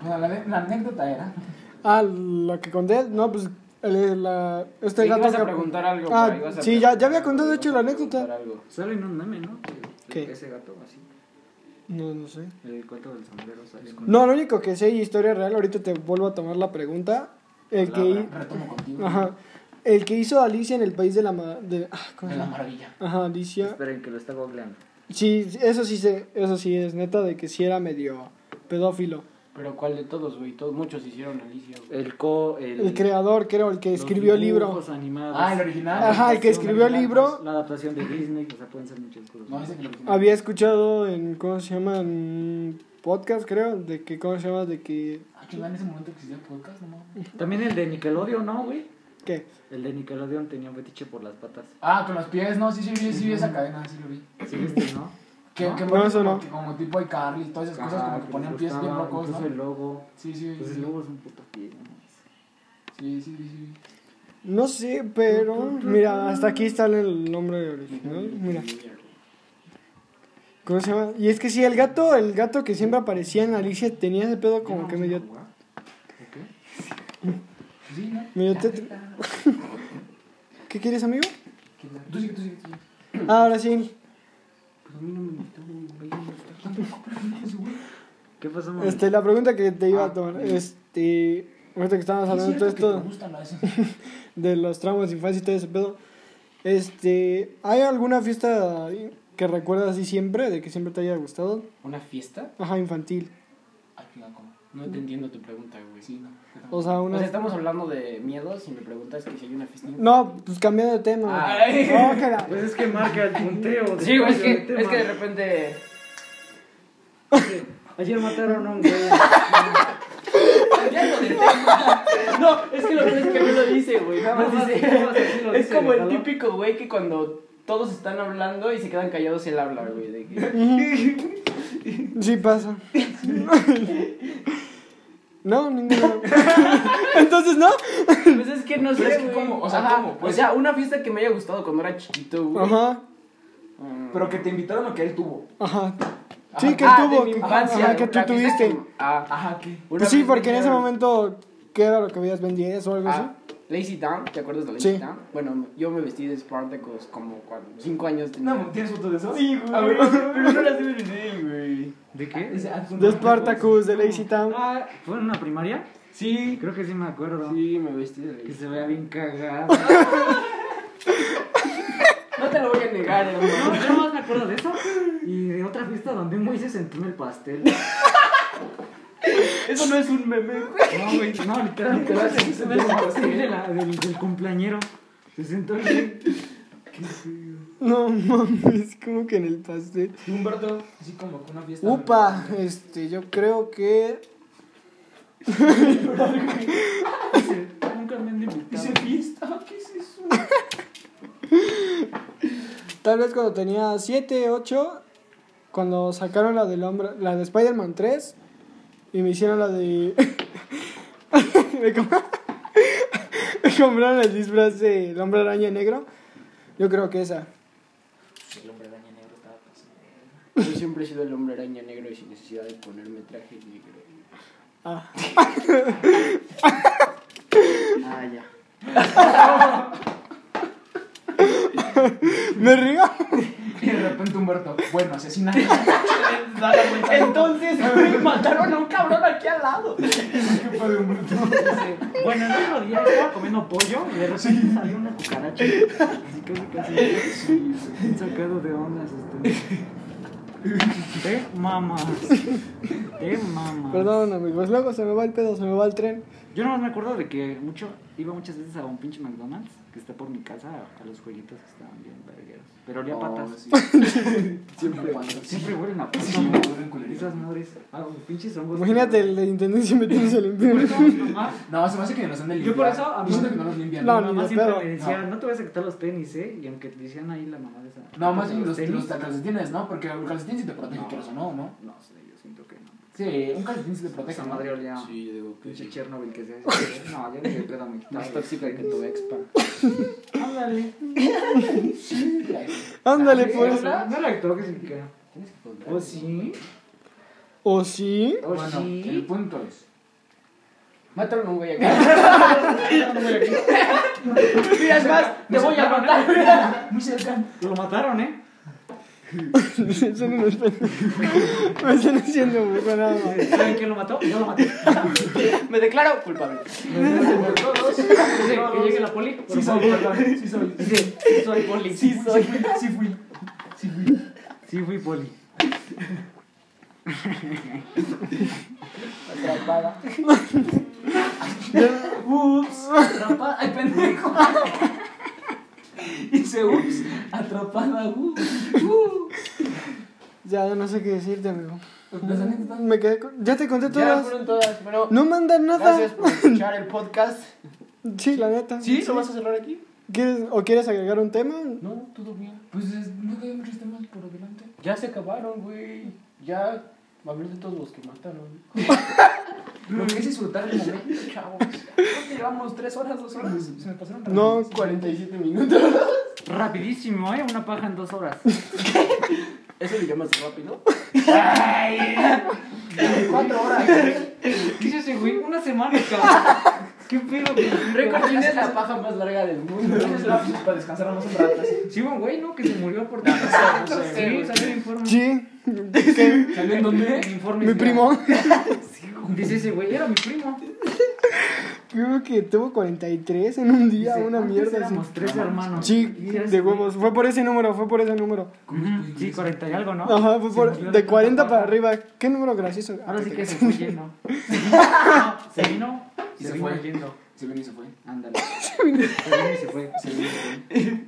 Speaker 2: Bueno, la, la anécdota era...
Speaker 1: Ah, la que conté. No, pues. el- la, este
Speaker 5: Sí,
Speaker 1: gato.
Speaker 5: ibas a
Speaker 1: que-
Speaker 5: preguntar algo.
Speaker 1: Ah,
Speaker 5: pero ibas a
Speaker 1: sí, ya- ya había
Speaker 5: preguntar
Speaker 1: contado, de
Speaker 5: algo,
Speaker 1: hecho, la
Speaker 5: ibas a preguntar
Speaker 1: anécdota.
Speaker 5: algo.
Speaker 4: Sale en un meme, ¿no?
Speaker 1: ¿Qué?
Speaker 4: Ese gato así.
Speaker 1: No, no sé.
Speaker 4: El gato del sombrero
Speaker 2: Pues,
Speaker 4: sale con...
Speaker 1: No, lo único que sé, historia real, ahorita te vuelvo a tomar la pregunta. El que,
Speaker 2: Retomo contigo.
Speaker 1: ajá, el que hizo Alicia en el país de la... ma- de- ah, ¿cómo
Speaker 2: De
Speaker 1: se
Speaker 2: la
Speaker 1: llama?
Speaker 2: maravilla.
Speaker 1: Ajá, Alicia.
Speaker 5: este.
Speaker 4: Esperen que lo está googleando.
Speaker 1: Sí, eso sí sé, eso sí es neta de que sí era medio pedófilo.
Speaker 5: Pero ¿cuál de todos, güey? Todos, muchos hicieron Alicia, güey.
Speaker 4: El co... El,
Speaker 1: El creador, creo, el que
Speaker 6: Los
Speaker 1: escribió el libro.
Speaker 6: dibujos animados.
Speaker 2: Ah, el original.
Speaker 1: Ajá, el que
Speaker 2: adaptación
Speaker 1: escribió el
Speaker 4: pues,
Speaker 2: original,
Speaker 1: libro.
Speaker 6: La adaptación de Disney. O sea, pueden ser muchas
Speaker 2: pues.
Speaker 6: cosas.
Speaker 2: No, ese que el original.
Speaker 1: Había escuchado en, ¿cómo se llama? En podcast, creo, de que, ¿cómo se llama? De que...
Speaker 2: Ah, que en ese momento existía el podcast, no mames.
Speaker 4: También el de Nickelodeon, ¿no, güey?
Speaker 1: ¿Qué?
Speaker 4: El de Nickelodeon tenía un fetiche por las patas.
Speaker 2: Ah, con los pies, no, sí, sí, sí, sí, vi esa cadena, sí lo vi.
Speaker 4: ¿Sí viste, no?
Speaker 2: Que, que
Speaker 1: No,
Speaker 2: ponen
Speaker 1: eso
Speaker 2: como,
Speaker 1: no.
Speaker 2: que como tipo iCarly y todas esas cosas, como que ponían pies bien locos, ¿no?
Speaker 4: Incluso el logo.
Speaker 2: Sí, sí,
Speaker 4: Pues el
Speaker 2: sí,
Speaker 4: logo es un puto pie.
Speaker 2: sí, sí, sí,
Speaker 1: No sé, pero... Mira, hasta aquí está el nombre original. Mira. ¿Cómo se llama? Y es que sí, el gato, el gato que siempre aparecía en Alicia tenía ese pedo como que medio,
Speaker 2: Pues sí. Sí, ¿no?
Speaker 1: medio tétrico. ¿Qué quieres, amigo?
Speaker 2: Tú sigue, tú sigue, tú sigue.
Speaker 1: Ah, ahora sí,
Speaker 4: ¿Qué
Speaker 2: Eh,
Speaker 4: pasó, mami?
Speaker 1: este, la pregunta que te iba a tomar, este, ahorita que estábamos hablando de todo
Speaker 2: Es cierto que
Speaker 1: esto,
Speaker 2: te gusta la ese.
Speaker 1: de los traumas de infancia y todo ese pedo, este, ¿hay alguna fiesta que recuerdas así siempre, de que siempre te haya gustado?
Speaker 5: ¿Una fiesta?
Speaker 1: Ajá, infantil,
Speaker 2: Ah, chinga, ¿cómo?
Speaker 5: No te entiendo tu pregunta, güey.
Speaker 2: Sí, no.
Speaker 1: o sea,
Speaker 5: O sea,
Speaker 1: una...
Speaker 5: estamos hablando de miedos y me preguntas que si hay una fiesta.
Speaker 1: No, pues cambiando de tema.
Speaker 5: Ay.
Speaker 1: No, que la-
Speaker 4: Pues es que marca el punteo.
Speaker 5: Sí, güey, es
Speaker 4: después del
Speaker 5: que, es
Speaker 4: tema.
Speaker 5: que de repente.
Speaker 4: Ayer mataron a un güey.
Speaker 5: Cambiando de tema. No, es que lo peor es que no lo dice, güey. Nada más dice. Es como el típico güey que cuando todos están hablando y se quedan callados él habla, güey. de que-
Speaker 1: Sí pasa. No, ninguno. Entonces, ¿no?
Speaker 5: Pues es que no sé,
Speaker 2: Pero es que
Speaker 5: güey.
Speaker 2: ¿cómo? O sea,
Speaker 5: Ajá.
Speaker 2: ¿cómo? Pues-
Speaker 5: o sea, una fiesta que me haya gustado cuando era chiquito, güey.
Speaker 1: Ajá.
Speaker 5: Mm.
Speaker 2: Pero que te invitaron a que él tuvo.
Speaker 1: Ajá.
Speaker 2: Ajá.
Speaker 1: Sí, que
Speaker 5: Ah,
Speaker 1: tuvo.
Speaker 5: de mi
Speaker 1: que-
Speaker 5: infancia,
Speaker 1: ajá, que tú
Speaker 5: la fiesta
Speaker 1: tuviste.
Speaker 5: que- Ah, ah,
Speaker 2: Ajá, ¿qué?
Speaker 5: una
Speaker 1: Pues sí,
Speaker 5: vez
Speaker 1: porque en ese
Speaker 5: vinieron-
Speaker 1: momento, ¿qué era lo que veías? ¿Ben 10 o algo
Speaker 5: Ah,
Speaker 1: así?
Speaker 5: Lazy Town, ¿te acuerdas de Lazy
Speaker 1: Sí.
Speaker 5: Town? Bueno, yo me vestí de Spartacus como cuando 5 años tenía.
Speaker 2: No, ¿tienes fotos de eso?
Speaker 5: A ver, pero no las deben güey.
Speaker 4: ¿De qué?
Speaker 2: Dice, ah, tú
Speaker 1: De
Speaker 2: no.
Speaker 1: Spartacus, de Lazy Town.
Speaker 4: Ah, ¿Fue en una primaria?
Speaker 5: Sí.
Speaker 4: Creo que sí me acuerdo.
Speaker 5: Sí, me vestí de
Speaker 4: Que
Speaker 5: Lazy
Speaker 4: se vea bien cagada.
Speaker 5: No te lo voy a negar,
Speaker 4: No,
Speaker 5: hermano.
Speaker 4: yo nomás me acuerdo de eso. Y de otra fiesta donde un güey se sentó en el pastel.
Speaker 5: Eso no es un meme,
Speaker 4: No, güey, no, literalmente
Speaker 2: Literal,
Speaker 4: se sentó en el pastel de la- del, del cumpleañero. Se sentó el güey.
Speaker 1: No mames, como que en el pastel.
Speaker 2: Y Humberto, así como con una fiesta.
Speaker 1: Upa, este, yo creo que.
Speaker 4: Nunca me han invitado.
Speaker 2: Dice fiesta, ¿qué es eso?
Speaker 1: Tal vez cuando tenía 7, 8, cuando sacaron la del hombre, la de Spider-Man 3 y me hicieron la de me, com- me compraron el disfraz de el hombre araña negro. Yo creo que esa.
Speaker 2: El hombre daña negro estaba pasando.
Speaker 5: Yo siempre he sido el hombre araña negro y sin necesidad de ponerme traje negro.
Speaker 7: Ah, ya.
Speaker 1: Me río.
Speaker 2: Y de repente Humberto, bueno, asesina.
Speaker 8: Entonces, güey, mataron a un cabrón aquí al lado.
Speaker 4: Bueno, el otro día estaba comiendo pollo y de repente salió una cucaracha. Así casi casi. Bien sacado de ondas este. Te mamas. Te mamas.
Speaker 1: Perdón, amigos. Luego se me va el pedo, se me va el tren.
Speaker 4: Yo no me acuerdo de que mucho iba muchas veces a un pinche McDonald's que está por mi casa a, a los jueguitos que estaban bien vergueros. Pero
Speaker 2: Oh,
Speaker 4: olía a patas.
Speaker 2: Siempre
Speaker 4: Siempre huelen a patas.
Speaker 2: Sí,
Speaker 4: ¿no?
Speaker 2: huelen culero.
Speaker 4: Esas madres. Ah, pinches hongos.
Speaker 1: Imagínate la intendencia metiéndose al
Speaker 4: Por
Speaker 1: infierno.
Speaker 4: eso mi mamá,
Speaker 2: No, se me hace que nos han de
Speaker 4: Yo
Speaker 2: limpiar.
Speaker 4: por eso, a mí-
Speaker 2: Yo siento que no nos limpian.
Speaker 1: No,
Speaker 4: mi
Speaker 1: ni
Speaker 4: mamá
Speaker 1: de
Speaker 4: siempre
Speaker 1: pedo.
Speaker 4: me decía, no. te vas a quitar los tenis, ¿eh? Y aunque te decían ahí la mamá de esa.
Speaker 2: No, más bien
Speaker 4: los
Speaker 2: los,
Speaker 4: tenis.
Speaker 2: los calcetines, ¿no? Porque el calcetín sí te protege, quieras o no, ¿no?
Speaker 4: No sé, yo siento que no.
Speaker 2: Sí, un calcetín sí te protege.
Speaker 7: Esa
Speaker 2: ¿no?
Speaker 7: madre olía.
Speaker 5: Sí, yo digo que
Speaker 7: Pinche Chernobyl que se hace. No, yo ni de pedo me quitaba.
Speaker 5: Más tóxica que tu expa.
Speaker 4: Ándale.
Speaker 1: Ándale, pues.
Speaker 4: No le toques sin que.
Speaker 5: Tienes que poner.
Speaker 4: ¿O Oh, sí?
Speaker 1: ¿O sí?
Speaker 7: Oh,
Speaker 2: Bueno, el
Speaker 7: sí.
Speaker 2: punto es.
Speaker 5: Mataron a un güey acá.
Speaker 8: Mira, es más, te voy a matar.
Speaker 2: ¿eh? Muy cercano.
Speaker 4: Lo mataron, ¿eh?
Speaker 1: Son unos pendejos. Me están haciendo burro nada más.
Speaker 4: ¿Saben quién lo mató? Yo lo maté.
Speaker 5: Me declaro culpable.
Speaker 4: Dice, que llegue la poli. por
Speaker 2: Sí soy,
Speaker 4: favor.
Speaker 2: perdón, sí soy.
Speaker 4: Dice, sí soy poli.
Speaker 2: Sí soy. Sí fui. Sí fui.
Speaker 4: Sí, fui poli.
Speaker 5: Atrapada.
Speaker 2: Ups, atrapada. Ay, pendejo. Hice ups, atrapada. Ups. Uh.
Speaker 1: Ya no sé qué decirte, amigo.
Speaker 2: Las anécdotas.
Speaker 1: Me quedé con- Ya te conté
Speaker 5: Ya
Speaker 1: todas.
Speaker 5: fueron todas. Bueno,
Speaker 1: No mandan
Speaker 5: gracias
Speaker 1: nada.
Speaker 5: por escuchar el podcast.
Speaker 1: Sí, la neta.
Speaker 5: ¿Sí? ¿Lo vas a cerrar aquí?
Speaker 1: ¿Quieres, ¿O quieres agregar un tema?
Speaker 5: No, todo bien.
Speaker 2: Pues es- no quedan muchos temas por delante.
Speaker 5: Ya se acabaron, güey. Ya hablé de todos los que mataron.
Speaker 2: Lo que es disfrutar el momento, chavos. ¿Cuánto llevamos? ¿Tres horas? ¿Dos horas? Se me pasaron
Speaker 1: No,
Speaker 2: rapidísimo.
Speaker 5: 47 minutos.
Speaker 4: Rapidísimo, ¿eh? Una paja en dos horas.
Speaker 5: ¿Eso le llamas rápido?
Speaker 2: Cuatro horas.
Speaker 4: ¿Qué se güey? Una semana, cabrón. ¿Qué pedo?
Speaker 5: Récord Guinness, la paja más larga del mundo.
Speaker 2: Para descansarnos un rato. así.
Speaker 4: Sí, hubo un güey, ¿no? Que se murió por... Ah, No
Speaker 5: sé,
Speaker 4: Sí,
Speaker 5: güey.
Speaker 4: salió el informe.
Speaker 1: Sí. ¿Qué?
Speaker 2: ¿Salió en
Speaker 4: El
Speaker 2: dónde?
Speaker 4: informe
Speaker 1: Mi
Speaker 4: sí,
Speaker 1: primo.
Speaker 4: Dice ese güey, era mi primo.
Speaker 1: Creo que tuvo 43 en un día,
Speaker 4: Dice,
Speaker 1: una
Speaker 4: antes
Speaker 1: mierda así.
Speaker 4: éramos tres hermanos.
Speaker 1: Sí,
Speaker 4: Mira,
Speaker 1: de huevos. Fue por ese número, fue por ese número.
Speaker 4: Ujú, Sí, 40 y algo, ¿no?
Speaker 1: Ajá, fue
Speaker 4: Se
Speaker 1: por,
Speaker 4: murió
Speaker 1: de 40
Speaker 4: tanta
Speaker 1: para
Speaker 4: paja.
Speaker 1: arriba. ¿Qué número gracioso? Ah,
Speaker 4: Ahora sí que se fue yendo. No, se vino y se, fue yendo.
Speaker 2: Se vino y se fue.
Speaker 4: Ándale. Se vino y se fue.
Speaker 2: Se vino y se fue.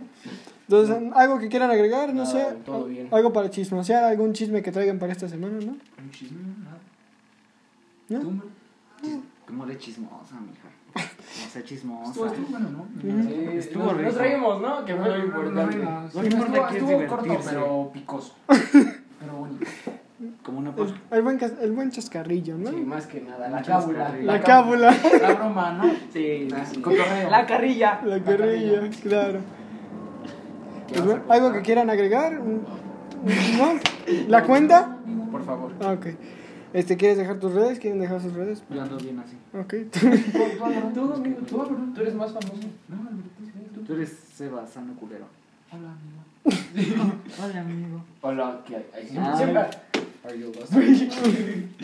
Speaker 1: Entonces, ¿algo que quieran agregar? No
Speaker 5: Nada,
Speaker 1: sé.
Speaker 5: todo bien.
Speaker 1: Algo para chismosear, algún chisme que traigan para esta semana, ¿no?
Speaker 2: Un chisme, nada.
Speaker 1: ¿No?
Speaker 2: ¿Tú, Humberto?
Speaker 4: Como de chismosa, mija. No sea
Speaker 2: Estuvo,
Speaker 4: chismosa.
Speaker 2: estuvo bueno, ¿no?
Speaker 1: Ujú.
Speaker 5: Eh,
Speaker 4: Estuvo
Speaker 5: nos,
Speaker 4: rico.
Speaker 5: nos reímos, ¿no? Que fue lo importante.
Speaker 4: Lo importante
Speaker 2: estuvo,
Speaker 4: que es
Speaker 2: estuvo corto,
Speaker 4: divertirse.
Speaker 2: pero picoso. Pero bonito.
Speaker 4: Como una
Speaker 1: El,
Speaker 4: paja.
Speaker 1: el buen, cas- el buen chascarrillo, ¿no?
Speaker 5: Sí, más que nada. La
Speaker 2: La
Speaker 5: cábula.
Speaker 2: cábula.
Speaker 1: La cábula.
Speaker 2: La broma, ¿no?
Speaker 5: Sí, sí.
Speaker 2: Cotorreo.
Speaker 8: La carrilla.
Speaker 1: La carrilla, claro. Pues bueno, ¿Algo que quieran agregar? ¿Un- un- ¿No? ¿La cuenta?
Speaker 2: Por favor.
Speaker 1: Ah, ok. Este, ¿Quieres dejar tus redes? ¿Quieren dejar sus redes?
Speaker 4: Yo ando bien así.
Speaker 1: Ok.
Speaker 2: Tú, amigo, tú, Alberto.
Speaker 5: Tú eres más famoso.
Speaker 2: No, Alberto, tú, tú.
Speaker 4: Tú eres Sebasano culero.
Speaker 2: Hola, amigo.
Speaker 4: Hola, amigo.
Speaker 5: Hola, ¿qué hay?
Speaker 4: Ah.
Speaker 5: Siempre. Are you lost?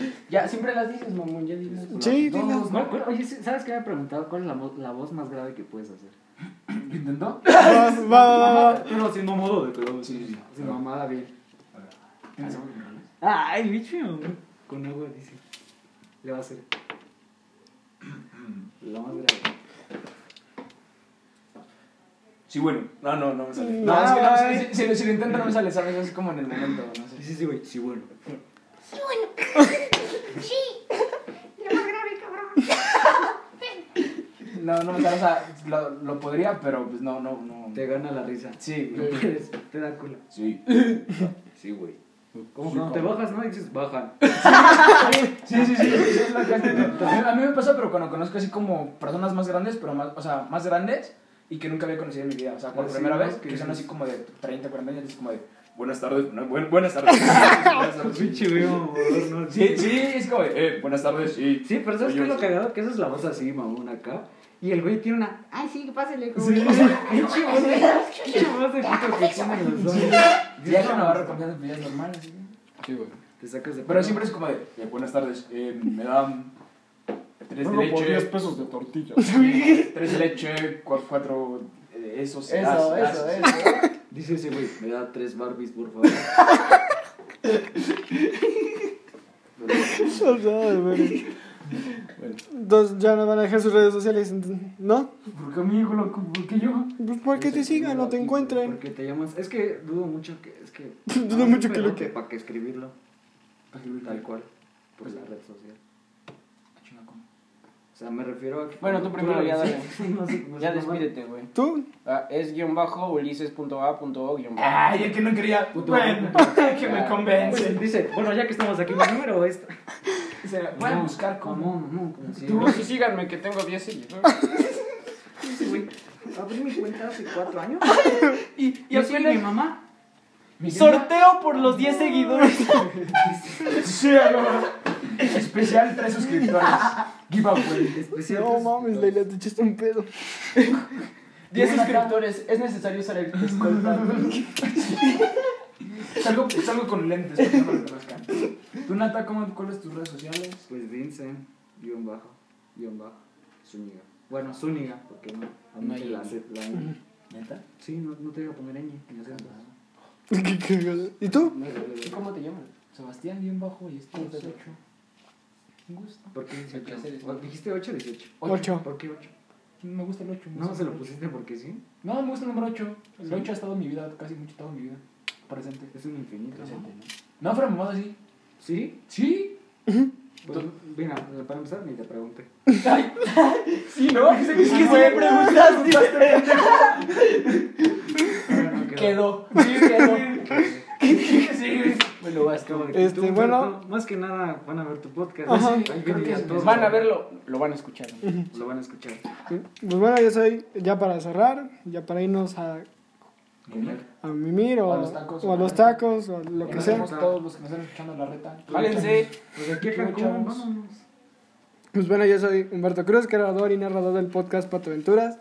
Speaker 5: ya, siempre las dices, mamón. Ya dices.
Speaker 1: Sí, dila.
Speaker 2: Todos,
Speaker 4: ¿Cuál-
Speaker 2: ¿no?
Speaker 4: cuál- oye, sí, ¿sabes qué me he preguntado? ¿Cuál es la, mo- la voz más grave que puedes hacer?
Speaker 2: ¿Lo intentó?
Speaker 1: Va, va, va, va.
Speaker 4: Pero sin modo de todo.
Speaker 2: Sí, sí, Ah, sí.
Speaker 4: Sin mamada bien.
Speaker 2: Piensa.
Speaker 4: Ay, bicho. Con agua dice. Le va a hacer. La más grave.
Speaker 2: Sí, bueno. No, no, no me sale. No,
Speaker 1: No,
Speaker 2: es que no,
Speaker 1: ay.
Speaker 2: es que si, si, si lo intento no me sale, ¿sabes? Es como en el momento, no sé.
Speaker 4: Sí, sí, güey. Sí, bueno.
Speaker 2: No, no me sale, o sea, lo, lo podría, pero pues no, no, no.
Speaker 4: Te gana la risa.
Speaker 2: Sí,
Speaker 4: No
Speaker 2: güey.
Speaker 4: puedes, Te da culo.
Speaker 2: Sí.
Speaker 4: Sí, güey. Como cuando te bajas, ¿no? Y dices, bajan.
Speaker 2: Sí, sí, sí, sí, es la que hace. A mí me pasa, pero cuando conozco así como personas más grandes, pero más, o sea, más grandes y que nunca había conocido en mi vida. O sea, por
Speaker 4: Ah, sí,
Speaker 2: primera
Speaker 4: ¿no?
Speaker 2: vez,
Speaker 4: Que
Speaker 2: que son
Speaker 4: dices-
Speaker 2: así como de 30, 40 años, es como de,
Speaker 9: Buenas tardes. No, buen- buenas tardes.
Speaker 6: Pinche güey, mamador, no.
Speaker 9: Sí, sí, es como, eh, buenas tardes, sí.
Speaker 4: Sí, pero ¿sabes
Speaker 9: Soy
Speaker 4: qué es
Speaker 9: yo.
Speaker 4: lo cagado? Que esa es la voz así, mamón, acá. Y el güey tiene una. Ay, sí, pásale, como.
Speaker 6: Sí.
Speaker 4: Pinche voz de- pinche voz de pito que tiene los dos.
Speaker 2: pues, Ya con Navarro cambiando tus vidas normales. ¿sí?
Speaker 9: Sí, güey.
Speaker 4: Te sacas de.
Speaker 9: Pero siempre es como de, eh, buenas tardes, eh, me dan tres de
Speaker 3: Solo por 10
Speaker 9: leche,
Speaker 3: pesos de tortilla.
Speaker 9: tres de leche, cuatro, cuatro eh, esos.
Speaker 2: Eso,
Speaker 9: as-
Speaker 2: eso,
Speaker 9: as-
Speaker 2: eso.
Speaker 5: ¿eh?
Speaker 4: Dice ese güey, me da tres Barbies, por favor.
Speaker 1: O sea, güey. Entonces ya nos van a dejar sus redes sociales, ¿no?
Speaker 2: ¿Por qué mi hijo lo ¿Por qué yo?
Speaker 1: Pues para que te sigan o te encuentren.
Speaker 4: Porque te llamas. Es que dudo mucho que. Es que.
Speaker 1: Dudo mucho que lo que-
Speaker 4: Para que escribirlo. Tal cual. Por la red social. O sea, me refiero a que.
Speaker 2: Bueno, tú primero,
Speaker 4: lo
Speaker 5: ya
Speaker 4: ves. No sé cómo se
Speaker 5: Ya
Speaker 4: llama.
Speaker 5: despídete, güey.
Speaker 1: ¿Tú?
Speaker 5: Ah, es guión bajo ulises.a.o guión bajo.
Speaker 2: Ay, el que no quería.
Speaker 4: Puto.
Speaker 2: Bueno, que me convence.
Speaker 4: Pues, Dice, bueno, ya que estamos aquí, mi número es.
Speaker 2: O sea, pueden buscar cómo.
Speaker 4: Mamón, mamón, como si-
Speaker 5: Tú sí síganme que tengo 10 seguidores.
Speaker 4: Ese güey, Abrí mi cuenta hace cuatro años.
Speaker 6: Y,
Speaker 4: Y así mi mamá.
Speaker 6: Sorteo por los 10 seguidores.
Speaker 2: Sí, algo. Especial tres suscriptores. Giveaway.
Speaker 4: Especial.
Speaker 2: pues,
Speaker 1: No mames, Leila, te echaste un pedo.
Speaker 2: 10
Speaker 5: 10
Speaker 2: suscriptores,
Speaker 5: suscriptores, es necesario usar el escolta.
Speaker 2: Salgo, salgo con lentes para que no me reconozcan. Tú, Nata, ¿cómo, ¿cuáles tus redes sociales?
Speaker 4: Pues Vincent, guión bajo, guión bajo, Zúñiga. Bueno, Zúñiga, porque no. A mí
Speaker 5: No
Speaker 4: me
Speaker 5: hay
Speaker 4: la
Speaker 5: ñ.
Speaker 4: hace la ñ.
Speaker 2: ¿Neta?
Speaker 4: Sí, no, no te voy a poner ñ. en los centros.
Speaker 1: Qué cagada. ¿Y tú?
Speaker 5: ¿Cómo te llamas?
Speaker 2: Sebastián, bien bajo y este
Speaker 5: ¿Cómo te
Speaker 2: 8.
Speaker 5: llamas?
Speaker 2: Me gusta.
Speaker 4: ¿Por qué
Speaker 5: ¿Qué
Speaker 4: 18?
Speaker 5: haces?
Speaker 4: Bueno, Dijiste 8 o 18.
Speaker 1: Ocho.
Speaker 4: ¿Por qué 8?
Speaker 2: Me gusta el 8.
Speaker 4: No, se lo pusiste porque sí.
Speaker 2: No, me gusta el número 8. El 8 ha estado en mi vida, casi mucho toda mi vida. Presente.
Speaker 4: Es un infinito. ¿no?
Speaker 2: No, fuera mamada, sí.
Speaker 4: ¿Sí?
Speaker 2: Sí.
Speaker 4: Pues, mira, para empezar ni te pregunté.
Speaker 2: Sí, no, es que sí me preguntaste. Quedó. Sí, quedó. Sí, sí.
Speaker 4: Bueno, vas como
Speaker 1: Este, bueno.
Speaker 4: Más que nada van a ver tu podcast.
Speaker 1: Ajá.
Speaker 4: Sí, ahí
Speaker 2: Creo que
Speaker 4: diría
Speaker 2: es-
Speaker 4: todo.
Speaker 5: Pues Van a verlo, lo van a escuchar.
Speaker 4: Lo van a escuchar.
Speaker 1: Sí. Pues bueno, yo soy, ya para cerrar, ya para irnos a, a mimir o,
Speaker 2: O a los tacos.
Speaker 1: o a los tacos o a lo que
Speaker 2: Nos
Speaker 1: sea.
Speaker 2: vemos todos los que nos están escuchando la reta.
Speaker 5: Válense.
Speaker 4: Pues aquí a
Speaker 2: Bueno,
Speaker 4: Cancún,
Speaker 2: chavos.
Speaker 4: vámonos.
Speaker 1: Pues bueno, yo soy Humberto Cruz, creador y narrador del podcast Pato Aventuras.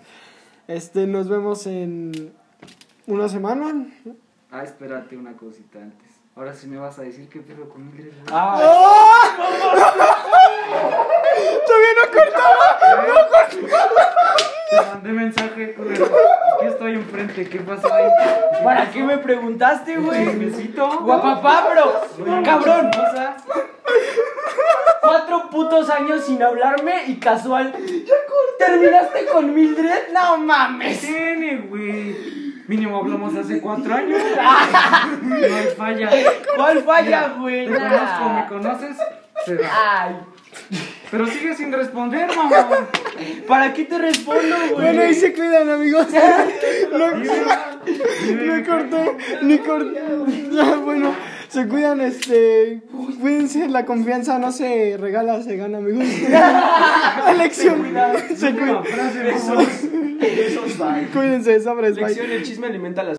Speaker 1: Este, nos vemos en una semana.
Speaker 4: Ah, espérate una cosita antes. Ahora sí me vas a decir qué pedo con Mildred. güey.
Speaker 2: Ah,
Speaker 1: Todavía no cortaba.
Speaker 4: ¿Eh? Te mandé mensaje, culero. Aquí estoy enfrente, ¿qué pasó ahí?
Speaker 6: ¿Para qué me preguntaste, güey?
Speaker 4: Chismecito.
Speaker 6: Guapapá,
Speaker 4: Güey,
Speaker 6: bro. Cabrón.
Speaker 4: ¿qué pasa?
Speaker 6: Cuatro putos años sin hablarme y casual. ¿Terminaste con Mildred? No
Speaker 4: ¿Qué
Speaker 6: mames.
Speaker 4: tiene, güey? Mínimo hablamos hace cuatro años. No hay falla.
Speaker 6: ¿Cuál falla, güey?
Speaker 4: Te conozco, me conoces. Se da.
Speaker 6: Ay.
Speaker 4: Pero sigues sin responder, mamá.
Speaker 6: ¿Para qué te respondo, güey?
Speaker 1: Bueno, ahí se cuidan, amigos. No,
Speaker 4: Me
Speaker 1: no corté, ni corté. Ya, bueno, se cuidan, este. Cuídense, la confianza no se regala, se gana, amigos. Elección. Se cuidan.
Speaker 4: frase, mamá.
Speaker 1: Cuídense, sobres, bye.
Speaker 5: Lección, el chisme alimenta las